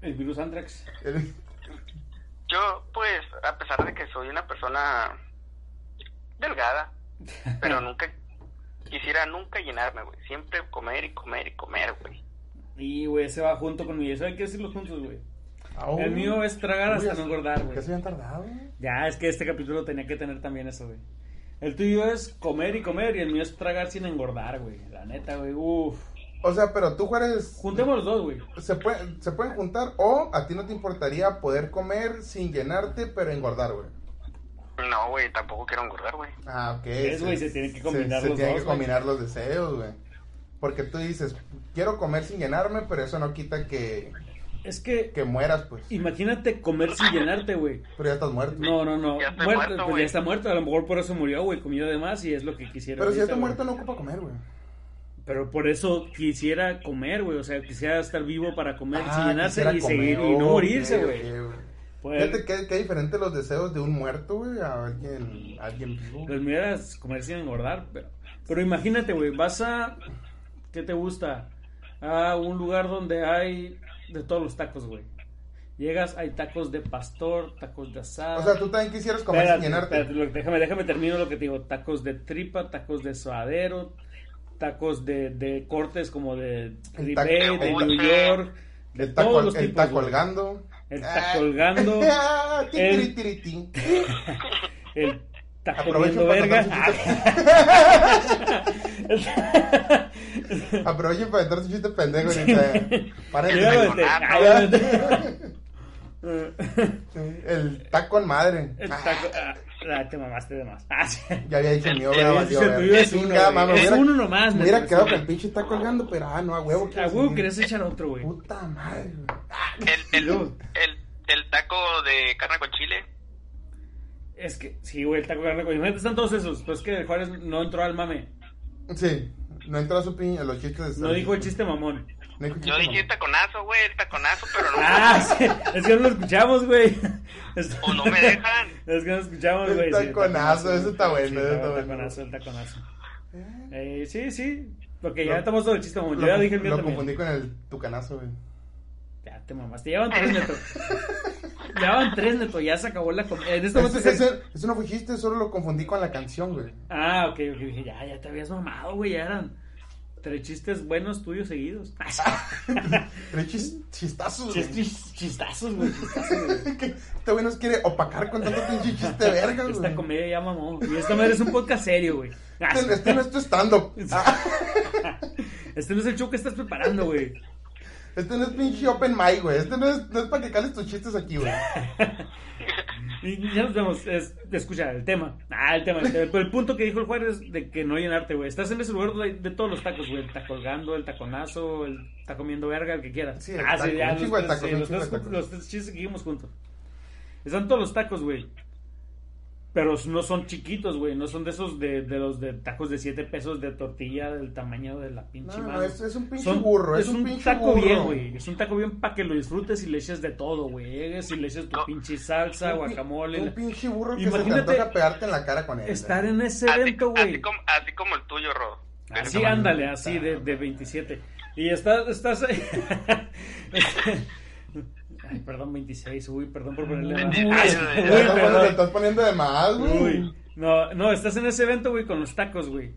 Speaker 1: El virus Antrax.
Speaker 3: El-
Speaker 2: Yo, pues, a pesar de que soy una persona delgada, pero nunca quisiera nunca llenarme, güey. Siempre comer y comer y comer, güey.
Speaker 1: Y, güey, se va junto con mi deseo. Hay que decirlo juntos, güey.
Speaker 3: Au.
Speaker 1: El mío es tragar hasta
Speaker 3: Oh, Uy,
Speaker 1: no engordar, güey.
Speaker 3: ¿Qué se habían tardado, güey?
Speaker 1: Ya, es que este capítulo tenía que tener también eso, güey. El tuyo es comer y comer y el mío es tragar sin engordar, güey. La neta, güey. Uf.
Speaker 3: O sea, pero tú, Juárez,
Speaker 1: Juntemos los dos, güey.
Speaker 3: se, puede- se pueden juntar o a ti no te importaría poder comer sin llenarte, pero engordar, güey.
Speaker 2: No, güey, tampoco quiero engordar, güey.
Speaker 3: Ah, ok.
Speaker 1: Es, güey, se tienen que combinar
Speaker 3: se
Speaker 1: los
Speaker 3: tienen
Speaker 1: dos,
Speaker 3: que
Speaker 1: güey.
Speaker 3: combinar los deseos, güey. Porque tú dices, quiero comer sin llenarme, pero eso no quita que,
Speaker 1: Es que,
Speaker 3: que mueras, pues.
Speaker 1: imagínate comer sin llenarte, güey.
Speaker 3: Pero ya estás muerto.
Speaker 1: No, no, no.
Speaker 2: Ya está
Speaker 1: Muerto,
Speaker 2: muerto,
Speaker 1: pues
Speaker 2: güey.
Speaker 1: ya está muerto. A lo mejor por eso murió, güey. Comió de más y es lo que quisiera.
Speaker 3: pero si ya
Speaker 1: ahorita, güey.
Speaker 3: estás muerto, no ocupa comer, güey.
Speaker 1: Pero por eso quisiera comer, güey. O sea, quisiera estar vivo para comer
Speaker 3: Ah,
Speaker 1: sin llenarse
Speaker 3: quisiera
Speaker 1: y
Speaker 3: comer,
Speaker 1: seguir y no
Speaker 3: ok,
Speaker 1: morirse,
Speaker 3: ok,
Speaker 1: güey. Pues,
Speaker 3: Fíjate qué, qué diferente los deseos de un muerto, güey, a alguien, a alguien vivo.
Speaker 1: Los miras pues comer sin engordar, pero, pero imagínate, güey, vas a, ¿qué te gusta? A un lugar donde hay de todos los tacos, güey. Llegas, hay tacos de pastor, tacos de asado.
Speaker 3: O sea, tú también quisieras comer
Speaker 1: Espérate,
Speaker 3: sin llenarte.
Speaker 1: espérate, lo- déjame, déjame termino lo que te digo. Tacos de tripa, tacos de suadero, tacos de, de cortes como de
Speaker 3: El taco-
Speaker 1: ribeye, de
Speaker 3: el
Speaker 1: New
Speaker 2: taco-
Speaker 1: York, de
Speaker 3: el taco,
Speaker 1: todos los
Speaker 3: el
Speaker 1: tipos.
Speaker 3: taco
Speaker 1: güey.
Speaker 3: colgando.
Speaker 1: El taco
Speaker 3: Ah.
Speaker 1: colgando.
Speaker 3: Ah, ti,
Speaker 1: El-
Speaker 3: tiri, tiri, ti.
Speaker 1: El taco
Speaker 3: Aprovechen
Speaker 1: comiendo
Speaker 3: para
Speaker 1: verga.
Speaker 3: aventar Aprovechen para entrar su chiste pendejo. ahorita. Paren de-
Speaker 1: Luego, este,
Speaker 2: Nada,
Speaker 1: ahí va, este.
Speaker 3: El taco en madre.
Speaker 1: El
Speaker 3: Ah,
Speaker 1: taco- ah, ah, te mamaste de más. Ah, sí.
Speaker 3: Ya había dicho el mío,
Speaker 1: Ya
Speaker 3: pero
Speaker 1: habías
Speaker 3: valió,
Speaker 1: dicho el
Speaker 3: verga.
Speaker 1: tuyo, es uno,
Speaker 3: Chingada,
Speaker 1: güey.
Speaker 3: mano,
Speaker 1: Es
Speaker 3: hubiera-
Speaker 1: uno nomás, me
Speaker 3: Me hubiera
Speaker 1: parece,
Speaker 3: quedado con
Speaker 1: güey.
Speaker 3: el pinche taco colgando, pero ah, no, a huevo.
Speaker 1: A
Speaker 3: quiero
Speaker 1: huevo
Speaker 3: seguir.
Speaker 1: querés echar otro, güey.
Speaker 3: Puta madre, güey.
Speaker 2: El,
Speaker 1: Y luego-
Speaker 2: el, el, el taco de carne con chile.
Speaker 1: Es que, sí, güey, el taco de carne con imagínate, están todos esos. Pues que Juárez no entró al mame.
Speaker 3: Sí, no entró a su piña, los chistes.
Speaker 1: No dijo el chiste mamón.
Speaker 3: No dijo el
Speaker 2: Yo
Speaker 3: chiste,
Speaker 2: dije
Speaker 3: mamá.
Speaker 2: taconazo, güey, el taconazo, pero no.
Speaker 1: Ah, sí, es que no lo escuchamos, güey. Es-
Speaker 2: O no me dejan.
Speaker 1: Es que no lo escuchamos,
Speaker 3: El
Speaker 1: güey. sí,
Speaker 3: taconazo, eso está bueno,
Speaker 1: Sí,
Speaker 3: eso está
Speaker 1: el
Speaker 3: bueno.
Speaker 1: taconazo, el taconazo. Eh, sí, sí. Ok, ya
Speaker 3: Lo-
Speaker 1: estamos todo el chiste mamón. Yo
Speaker 3: Lo,
Speaker 1: ya dije el mío
Speaker 3: lo
Speaker 1: también.
Speaker 3: confundí con el tucanazo, güey.
Speaker 1: Ya te mamaste, ya van tres neto. ya van tres neto, ya se acabó la comida. En este
Speaker 3: Eso,
Speaker 1: momento se-
Speaker 3: eso- eso no fue chiste, solo lo confundí con la canción, güey.
Speaker 1: Ah, ok, ok, dije, ya, ya te habías mamado, güey, ya eran tres chistes buenos tuyos seguidos.
Speaker 3: Pero chis- chistazos, güey.
Speaker 1: Chistes, chistazos, güey, chistazos, güey.
Speaker 3: Que Este güey nos quiere opacar con tanto pinche chiste verga, güey.
Speaker 1: Esta comedia ya mamó. Y esta madre es un podcast serio, güey. Ah,
Speaker 3: Este, este no es tu stand-up. Ah,
Speaker 1: Este no es el show que estás preparando, güey.
Speaker 3: Este no es pinche open mic, güey. Este no es, no es para que cales tus chistes aquí, güey.
Speaker 1: Y ya nos vemos. Es, escucha, el tema. Ah, el tema. El, tema. Pero el punto que dijo el Juárez de que no llenarte, güey. Estás en ese lugar de, de todos los tacos, güey. El taco colgando, el taconazo, el taco comiendo verga, el que quieras.
Speaker 3: Sí, el
Speaker 1: ah,
Speaker 3: taco, un
Speaker 1: los
Speaker 3: chingo de
Speaker 1: tres-
Speaker 3: tacos,
Speaker 1: sí,
Speaker 3: un
Speaker 1: los
Speaker 3: chingo de
Speaker 1: tres jun-
Speaker 3: tacos.
Speaker 1: los tres chistes que dijimos juntos. Están todos los tacos, güey. Pero no son chiquitos, güey. No son de esos de, de los de tacos de 7 pesos de tortilla del tamaño de la pinche
Speaker 3: No, no,
Speaker 1: mano.
Speaker 3: es- es un pinche burro, es un pinche
Speaker 1: taco
Speaker 3: burro.
Speaker 1: bien, güey. Es un taco bien para que lo disfrutes y le eches de todo, güey. Llegues y le eches tu
Speaker 2: No.
Speaker 1: pinche salsa,
Speaker 3: Un pi-
Speaker 1: guacamole.
Speaker 3: Un
Speaker 1: la-
Speaker 3: pinche burro que se te
Speaker 1: Imagínate
Speaker 3: antoja pegarte en la cara con él.
Speaker 1: Estar en ese
Speaker 2: Así-
Speaker 1: evento,
Speaker 2: así,
Speaker 1: güey.
Speaker 2: como, así como el tuyo, Rodo.
Speaker 1: Así, ándale, así de, de 27. Y estás, estás... Ay, perdón, 26. Uy, perdón por ponerle más. Uy,
Speaker 2: 26,
Speaker 1: uy,
Speaker 3: Te estás- te
Speaker 1: perdón.
Speaker 3: estás poniendo de más, güey.
Speaker 1: Uy. No, no, estás en ese evento, güey, con los tacos, güey.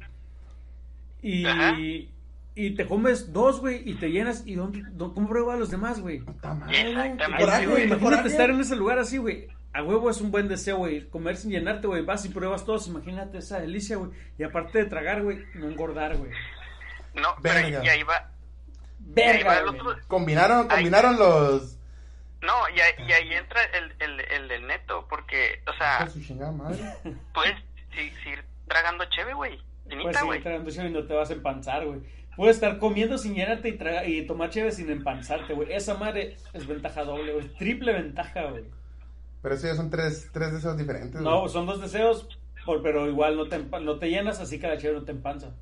Speaker 1: Y,
Speaker 2: Ajá.
Speaker 1: y te comes dos, güey, y te llenas. ¿Y dónde, dó- cómo prueba a los demás, güey?
Speaker 3: Puta madre, güey. Qué
Speaker 2: Exactamente,
Speaker 3: coraje,
Speaker 1: Güey,
Speaker 3: güey. qué
Speaker 1: Imagínate
Speaker 3: coraje.
Speaker 1: estar en ese lugar así, güey. A huevo es un buen deseo, güey. Comer sin llenarte, güey. Vas y pruebas todos. Imagínate esa delicia, güey. Y aparte de tragar, güey, no engordar, güey.
Speaker 2: No, pero
Speaker 3: Verga.
Speaker 2: y ahí va. y ahí va
Speaker 1: Verga,
Speaker 2: el
Speaker 1: güey.
Speaker 2: otro.
Speaker 3: Combinaron, combinaron los.
Speaker 2: No, y ahí, y ahí entra el, el, el del neto, porque, o sea,
Speaker 3: Con su chingada madre.
Speaker 2: puedes si- seguir tragando cheve, güey.
Speaker 1: Pues
Speaker 2: Finita,
Speaker 1: sí,
Speaker 2: güey.
Speaker 1: tragando cheve y no te vas a empanzar, güey. Puedes estar comiendo sin llenarte y, traga- y tomar cheve sin empanzarte, güey. Esa madre es ventaja doble, güey. Triple ventaja, güey.
Speaker 3: Pero eso ya son tres, tres deseos diferentes.
Speaker 1: No,
Speaker 3: güey.
Speaker 1: son dos deseos, por- pero igual no te, empa- no te llenas, así que la cheve no te empanza.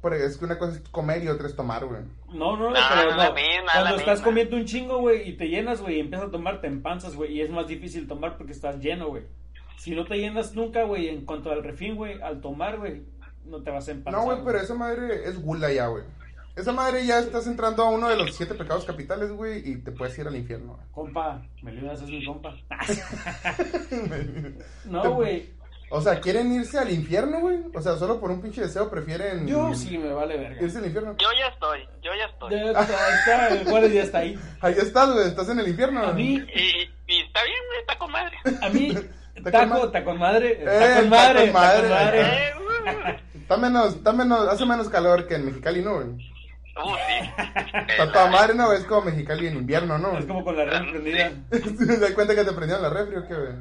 Speaker 3: Pero es que una cosa es comer y otra es tomar, güey.
Speaker 1: No, no, no,
Speaker 2: No,
Speaker 1: pero no.
Speaker 2: no, la misma,
Speaker 1: Cuando
Speaker 2: la
Speaker 1: estás
Speaker 2: misma.
Speaker 1: comiendo un chingo, güey, y te llenas, güey, y empiezas a tomar, te empanzas, güey, y es más difícil tomar porque estás lleno, güey. Si no te llenas nunca, güey, en cuanto al refín, güey, al tomar, güey, no te vas a empanzar.
Speaker 3: No, güey, pero esa madre es gula ya, güey. Esa madre ya estás entrando a uno de los siete pecados capitales, güey, y te puedes ir al infierno. güey.
Speaker 1: Compa, me ayudas, es mi compa. Ah,
Speaker 3: Te-
Speaker 1: no, güey,
Speaker 3: O sea, ¿quieren irse al infierno, güey? O sea, solo por un pinche deseo prefieren
Speaker 1: yo sí me vale verga.
Speaker 3: irse al infierno.
Speaker 2: Yo ya estoy, yo ya estoy.
Speaker 1: Ya está, ahí está, el Juárez ya está ahí.
Speaker 3: Ahí estás, güey, estás en el infierno.
Speaker 1: A mí,
Speaker 2: Y, y- y está bien, güey, está con madre.
Speaker 1: a mí,
Speaker 3: con
Speaker 1: taco,
Speaker 3: ma-
Speaker 1: taco madre,
Speaker 3: Eh,
Speaker 1: taco madre,
Speaker 3: taco madre.
Speaker 1: taco madre.
Speaker 2: Eh, uh,
Speaker 3: Está menos, está menos, hace menos calor que en Mexicali, ¿no, güey?
Speaker 2: uh, sí. Eh,
Speaker 3: Está toda madre, ¿no? Es como Mexicali en invierno, ¿no?
Speaker 1: Es como con la red prendida.
Speaker 3: ¿Te das cuenta que te prendieron la refri o qué, güey?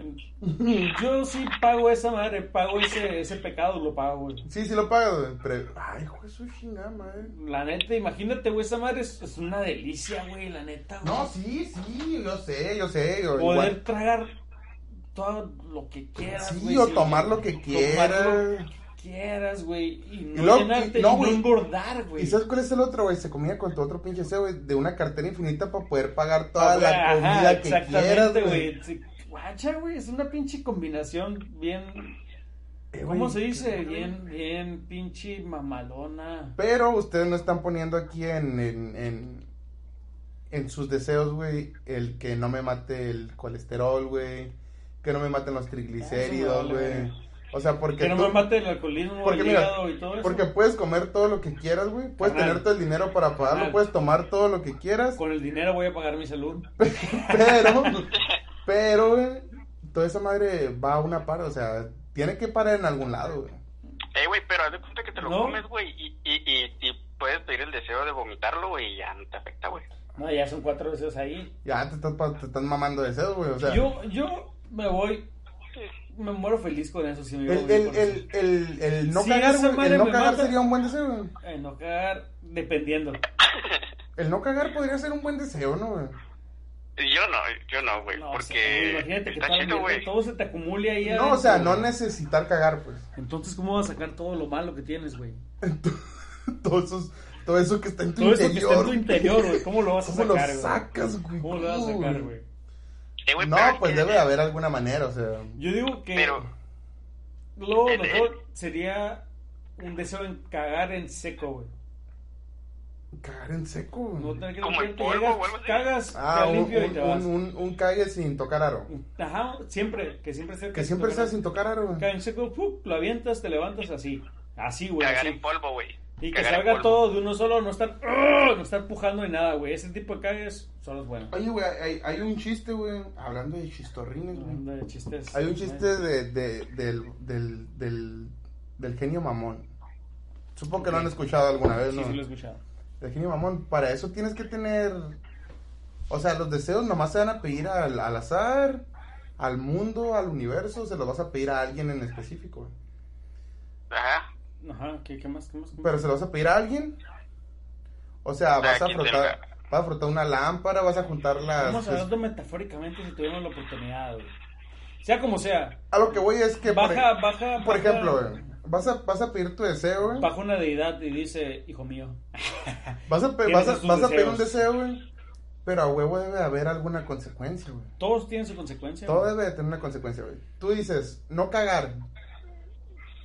Speaker 2: Ujú.
Speaker 1: Yo sí pago esa madre, pago ese, ese pecado, lo pago, güey.
Speaker 3: Sí, sí lo pagas, güey. Pero... Ay, güey, soy chingada, madre.
Speaker 1: La neta, imagínate, güey, esa madre es, es una delicia, güey, la neta, güey.
Speaker 3: No, sí, sí, yo sé, yo sé. yo-
Speaker 1: Poder
Speaker 3: igual-
Speaker 1: tragar todo lo que quieras,
Speaker 3: Sí,
Speaker 1: güey.
Speaker 3: o
Speaker 1: sin-
Speaker 3: tomar lo que
Speaker 1: tomar lo
Speaker 3: quieras.
Speaker 1: que quieras, güey. Y no
Speaker 3: Y luego-
Speaker 1: llenarte,
Speaker 3: y-
Speaker 1: y
Speaker 3: no,
Speaker 1: no,
Speaker 3: güey.
Speaker 1: engordar, güey.
Speaker 3: ¿Y sabes cuál es el otro, güey? Se comía con tu otro pinche deseo, güey, de una cartera infinita para poder pagar toda la
Speaker 1: Ajá,
Speaker 3: comida que quieras,
Speaker 1: exactamente,
Speaker 3: güey.
Speaker 1: Sí, Guacha, güey, es una pinche combinación bien...
Speaker 3: Eh, güey,
Speaker 1: ¿Cómo se
Speaker 3: qué
Speaker 1: dice?
Speaker 3: raro.
Speaker 1: Bien, bien pinche mamalona.
Speaker 3: Pero ustedes no están poniendo aquí en, en, en, en sus deseos, güey, el que no me mate el colesterol, güey, que no me maten los
Speaker 1: Eso
Speaker 3: triglicéridos,
Speaker 1: me vale,
Speaker 3: güey.
Speaker 1: güey.
Speaker 3: O sea, porque
Speaker 1: Que no
Speaker 3: tú-
Speaker 1: me mate el alcoholismo,
Speaker 3: Porque
Speaker 1: el
Speaker 3: mira,
Speaker 1: hígado y todo eso.
Speaker 3: porque puedes comer todo lo que quieras, güey. Puedes
Speaker 1: Carnal.
Speaker 3: tener todo el dinero para pagarlo,
Speaker 1: Carnal.
Speaker 3: puedes tomar todo lo que quieras,
Speaker 1: Con el dinero voy a pagar mi salud.
Speaker 3: pero, pero, güey, toda esa madre va a una par, o sea, tiene que parar en algún lado, güey.
Speaker 2: Eh, güey, pero haz de cuenta que te lo
Speaker 1: No.
Speaker 2: comes, güey, y, y, y, y puedes pedir el deseo de vomitarlo, güey, y ya no te afecta, güey.
Speaker 1: No, ya son cuatro veces ahí.
Speaker 3: Ya te estás, pa- te están mamando deseos, güey, o sea.
Speaker 1: Yo, yo me voy, me muero feliz con eso. Si me
Speaker 3: El,
Speaker 1: voy
Speaker 3: el,
Speaker 1: con eso.
Speaker 3: el, el, el no
Speaker 1: Si
Speaker 3: cagar,
Speaker 1: esa
Speaker 3: güey,
Speaker 1: madre
Speaker 3: el no
Speaker 1: me
Speaker 3: cagar
Speaker 1: mata-
Speaker 3: sería un buen deseo, güey.
Speaker 1: Eh, no cagar, dependiendo.
Speaker 3: El no cagar podría ser un buen deseo, ¿no, güey?
Speaker 2: Yo no, yo no, güey,
Speaker 1: No, o sea,
Speaker 2: porque
Speaker 1: imagínate que
Speaker 2: está
Speaker 1: toda la
Speaker 2: chido,
Speaker 1: mierda,
Speaker 2: güey.
Speaker 1: todo se te acumule ahí.
Speaker 3: No, o sea,
Speaker 1: adentro,
Speaker 3: no
Speaker 1: güey.
Speaker 3: necesitar cagar, pues.
Speaker 1: Entonces, ¿cómo vas a sacar todo lo malo que tienes, güey?
Speaker 3: Todo eso, todo eso que está en tu
Speaker 1: Todo eso que
Speaker 3: interior.
Speaker 1: está en tu interior, güey. ¿Cómo lo vas a
Speaker 3: ¿Cómo lo
Speaker 1: sacar, güey?
Speaker 3: sacas, güey?
Speaker 1: ¿Cómo lo vas a sacar, güey?
Speaker 2: Eh, güey,
Speaker 3: No,
Speaker 2: pero es
Speaker 3: pues
Speaker 2: que-
Speaker 3: debe de haber alguna manera, o sea.
Speaker 1: Yo digo que
Speaker 2: Pero,
Speaker 1: lo
Speaker 2: el-
Speaker 1: mejor sería un deseo en cagar en seco, güey.
Speaker 3: Cagar en seco, güey.
Speaker 1: No tener que
Speaker 2: Como el
Speaker 1: limpiarte,
Speaker 2: polvo
Speaker 1: llegas,
Speaker 2: o algo así.
Speaker 1: cagas,
Speaker 3: Ah,
Speaker 1: te
Speaker 3: un,
Speaker 1: limpio y
Speaker 3: un,
Speaker 1: te vas.
Speaker 3: un, un, un cague sin tocar aro.
Speaker 1: Ajá, siempre, que siempre sea
Speaker 3: Que siempre sea sin tocar aro, güey.
Speaker 1: Cae en seco, ¡fup! lo avientas, te levantas así. Así, güey.
Speaker 2: cagar
Speaker 1: así.
Speaker 2: en polvo, güey.
Speaker 1: Y que
Speaker 2: Cagar en
Speaker 1: salga
Speaker 2: polvo.
Speaker 1: todo de uno solo, no estar, ¡ah! no estar pujando ni nada, güey. Ese tipo de cagues son los buenos.
Speaker 3: Oye, güey, hay, hay un chiste, güey. Hablando de chistorrines, güey.
Speaker 1: Hablando de chistes.
Speaker 3: Hay un chiste de, de- del, del, del, del genio mamón. Supongo que lo han escuchado alguna vez,
Speaker 1: Sí,
Speaker 3: ¿no?
Speaker 1: sí, lo he escuchado.
Speaker 3: El genio mamón, para eso tienes que tener... O sea, los deseos nomás se van a pedir al, al azar, al mundo, al universo, se los vas a pedir a alguien en específico.
Speaker 2: Ajá.
Speaker 1: Ajá, ¿qué, qué más? ¿Qué más? qué más?
Speaker 3: Pero se los vas a pedir a alguien. O sea, vas a
Speaker 2: quien te
Speaker 3: frotar,
Speaker 2: lo
Speaker 3: vas a frotar una lámpara, vas a juntar
Speaker 1: Estamos
Speaker 3: las... pues,
Speaker 1: hablando metafóricamente si tuvimos la oportunidad, güey. Sea como sea.
Speaker 3: A lo que voy es que, por,
Speaker 1: Baja,
Speaker 3: ej-
Speaker 1: baja.
Speaker 3: por
Speaker 1: baja-
Speaker 3: ejemplo, güey, vas a, vas a pedir tu deseo, güey.
Speaker 1: Baja una deidad y dice, hijo mío.
Speaker 3: Vas a, pe-
Speaker 1: Tienes
Speaker 3: vas a,
Speaker 1: tus
Speaker 3: vas a pedir
Speaker 1: deseos.
Speaker 3: un deseo, güey. Pero a huevo debe de haber alguna consecuencia, güey.
Speaker 1: Todos tienen su consecuencia.
Speaker 3: Todo
Speaker 1: güey.
Speaker 3: debe de tener una consecuencia, güey. Tú dices, no cagar.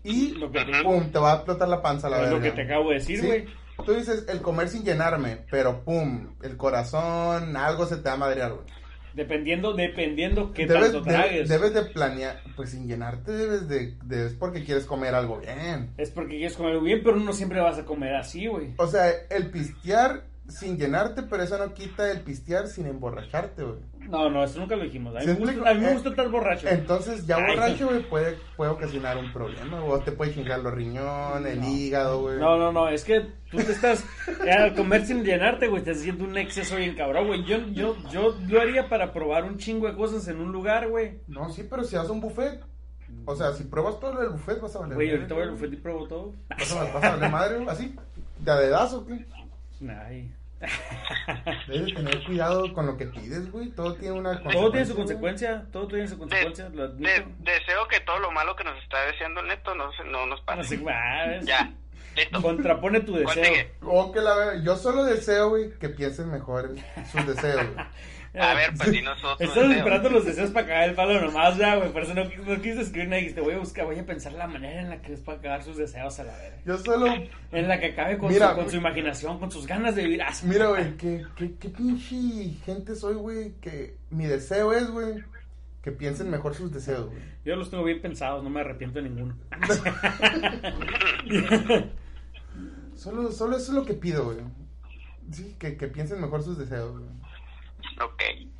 Speaker 3: Y,
Speaker 1: Lo que te-
Speaker 3: pum, te va a explotar la panza a la
Speaker 1: Es
Speaker 3: verga.
Speaker 1: lo que te acabo de decir,
Speaker 3: Sí.
Speaker 1: güey.
Speaker 3: Tú dices, el comer sin llenarme. Pero, pum, el corazón, algo se te va a madrear, güey.
Speaker 1: Dependiendo, dependiendo qué
Speaker 3: Debes,
Speaker 1: tanto
Speaker 3: de-
Speaker 1: tragues.
Speaker 3: debes de planear. Pues sin llenarte debes de... de- es porque quieres comer algo bien.
Speaker 1: Es porque quieres comer bien, pero no siempre vas a comer así, güey.
Speaker 3: O sea, el pistear sin llenarte, pero eso no quita el pistear sin emborracharte, güey.
Speaker 1: No, no, eso nunca lo dijimos. A mí,
Speaker 3: ¿Sí
Speaker 1: me
Speaker 3: explico?
Speaker 1: gusta, a mí me
Speaker 3: Eh,
Speaker 1: gusta estar borracho.
Speaker 3: Entonces, ya
Speaker 1: Ay.
Speaker 3: borracho, güey, puede, puede ocasionar un problema, güey. O te puede chingar los riñones,
Speaker 1: No.
Speaker 3: el hígado, güey.
Speaker 1: No, no, no, es que tú te estás. eh, al comer sin llenarte, güey, estás haciendo un exceso bien cabrón, güey. Yo, yo, yo lo haría para probar un chingo de cosas en un lugar, güey.
Speaker 3: No, sí, pero si vas a un buffet, O sea, si pruebas todo lo del buffet, vas a valer.
Speaker 1: Güey,
Speaker 3: madre,
Speaker 1: ahorita voy al bufete y probo todo.
Speaker 3: Vas a, vas a valer madre, güey, así. De a dedazo, güey.
Speaker 1: Ay.
Speaker 3: Debes tener cuidado con lo que pides, güey. Todo tiene una
Speaker 1: Todo tiene su
Speaker 3: güey.
Speaker 1: consecuencia, todo tiene su consecuencia, lo admito.
Speaker 2: De- deseo que todo lo malo que nos está deseando Neto no, se- no nos
Speaker 1: No
Speaker 2: pase.
Speaker 1: sé, ah, es-
Speaker 2: Ya, listo.
Speaker 1: Contrapone tu
Speaker 2: ¿Cuál
Speaker 1: deseo.
Speaker 2: sigue?
Speaker 3: O que la verdad, yo solo deseo, güey, que piensen mejor en sus deseos, güey.
Speaker 2: A ver, pues dinos otro
Speaker 1: Ah. Estás
Speaker 2: deseo.
Speaker 1: esperando los deseos para cagar el palo nomás, ya, güey. Por eso no, quis- no quise escribir nada. Dijiste, voy a buscar, voy a pensar la manera en la que es para cagar sus deseos a la verga.
Speaker 3: Yo solo,
Speaker 1: En la que acabe con,
Speaker 3: Mira,
Speaker 1: su, con
Speaker 3: güey.
Speaker 1: su imaginación, con sus ganas de vivir. Ah, sí.
Speaker 3: mira, güey, que qué, qué pinche gente soy, güey, que mi deseo es, güey, que piensen mejor sus deseos, güey.
Speaker 1: Yo los tengo bien pensados, no me arrepiento de ninguno.
Speaker 3: Solo, solo eso es lo que pido, güey. Sí, que, que piensen mejor sus deseos, güey.
Speaker 2: Ok.
Speaker 3: Y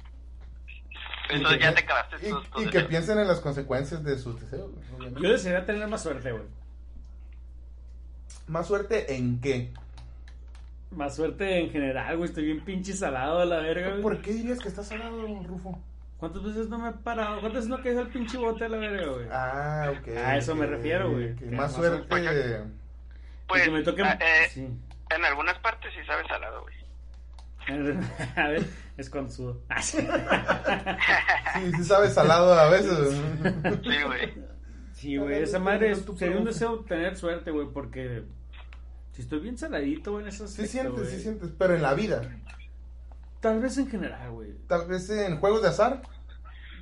Speaker 2: Entonces
Speaker 3: que-
Speaker 2: ya te acabaste
Speaker 3: y,
Speaker 2: tus, tus
Speaker 3: y que
Speaker 2: deseos.
Speaker 3: piensen en las consecuencias de sus deseos, güey, obviamente.
Speaker 1: Yo desearía tener más suerte, güey.
Speaker 3: ¿Más suerte en qué?
Speaker 1: Más suerte en general, güey. Estoy bien pinche salado a la verga, güey.
Speaker 3: ¿Por qué dirías que estás salado, Rufo?
Speaker 1: ¿Cuántas veces no me he parado? ¿Cuántas veces no he caído el pinche bote a la verga, güey?
Speaker 3: Ah, ok.
Speaker 1: A eso me
Speaker 3: ok,
Speaker 1: refiero, güey.
Speaker 3: ok.
Speaker 1: Que
Speaker 3: Más
Speaker 1: más
Speaker 3: suerte.
Speaker 2: suerte.
Speaker 1: Y
Speaker 2: Pues,
Speaker 1: que me toque...
Speaker 2: ah, eh,
Speaker 1: Sí.
Speaker 2: en algunas partes sí sabes salado, güey.
Speaker 1: A ver, es cuando sudo. Ah, sí.
Speaker 3: Sí, sí sabes salado a veces. Pues
Speaker 2: Sí, güey.
Speaker 1: Sí, güey, esa madre es, sería un deseo tener suerte, güey, porque si estoy bien saladito, güey, en esas
Speaker 3: Sí sientes, sí sientes, pero en la vida.
Speaker 1: Tal vez en general, güey.
Speaker 3: Tal vez en juegos de azar.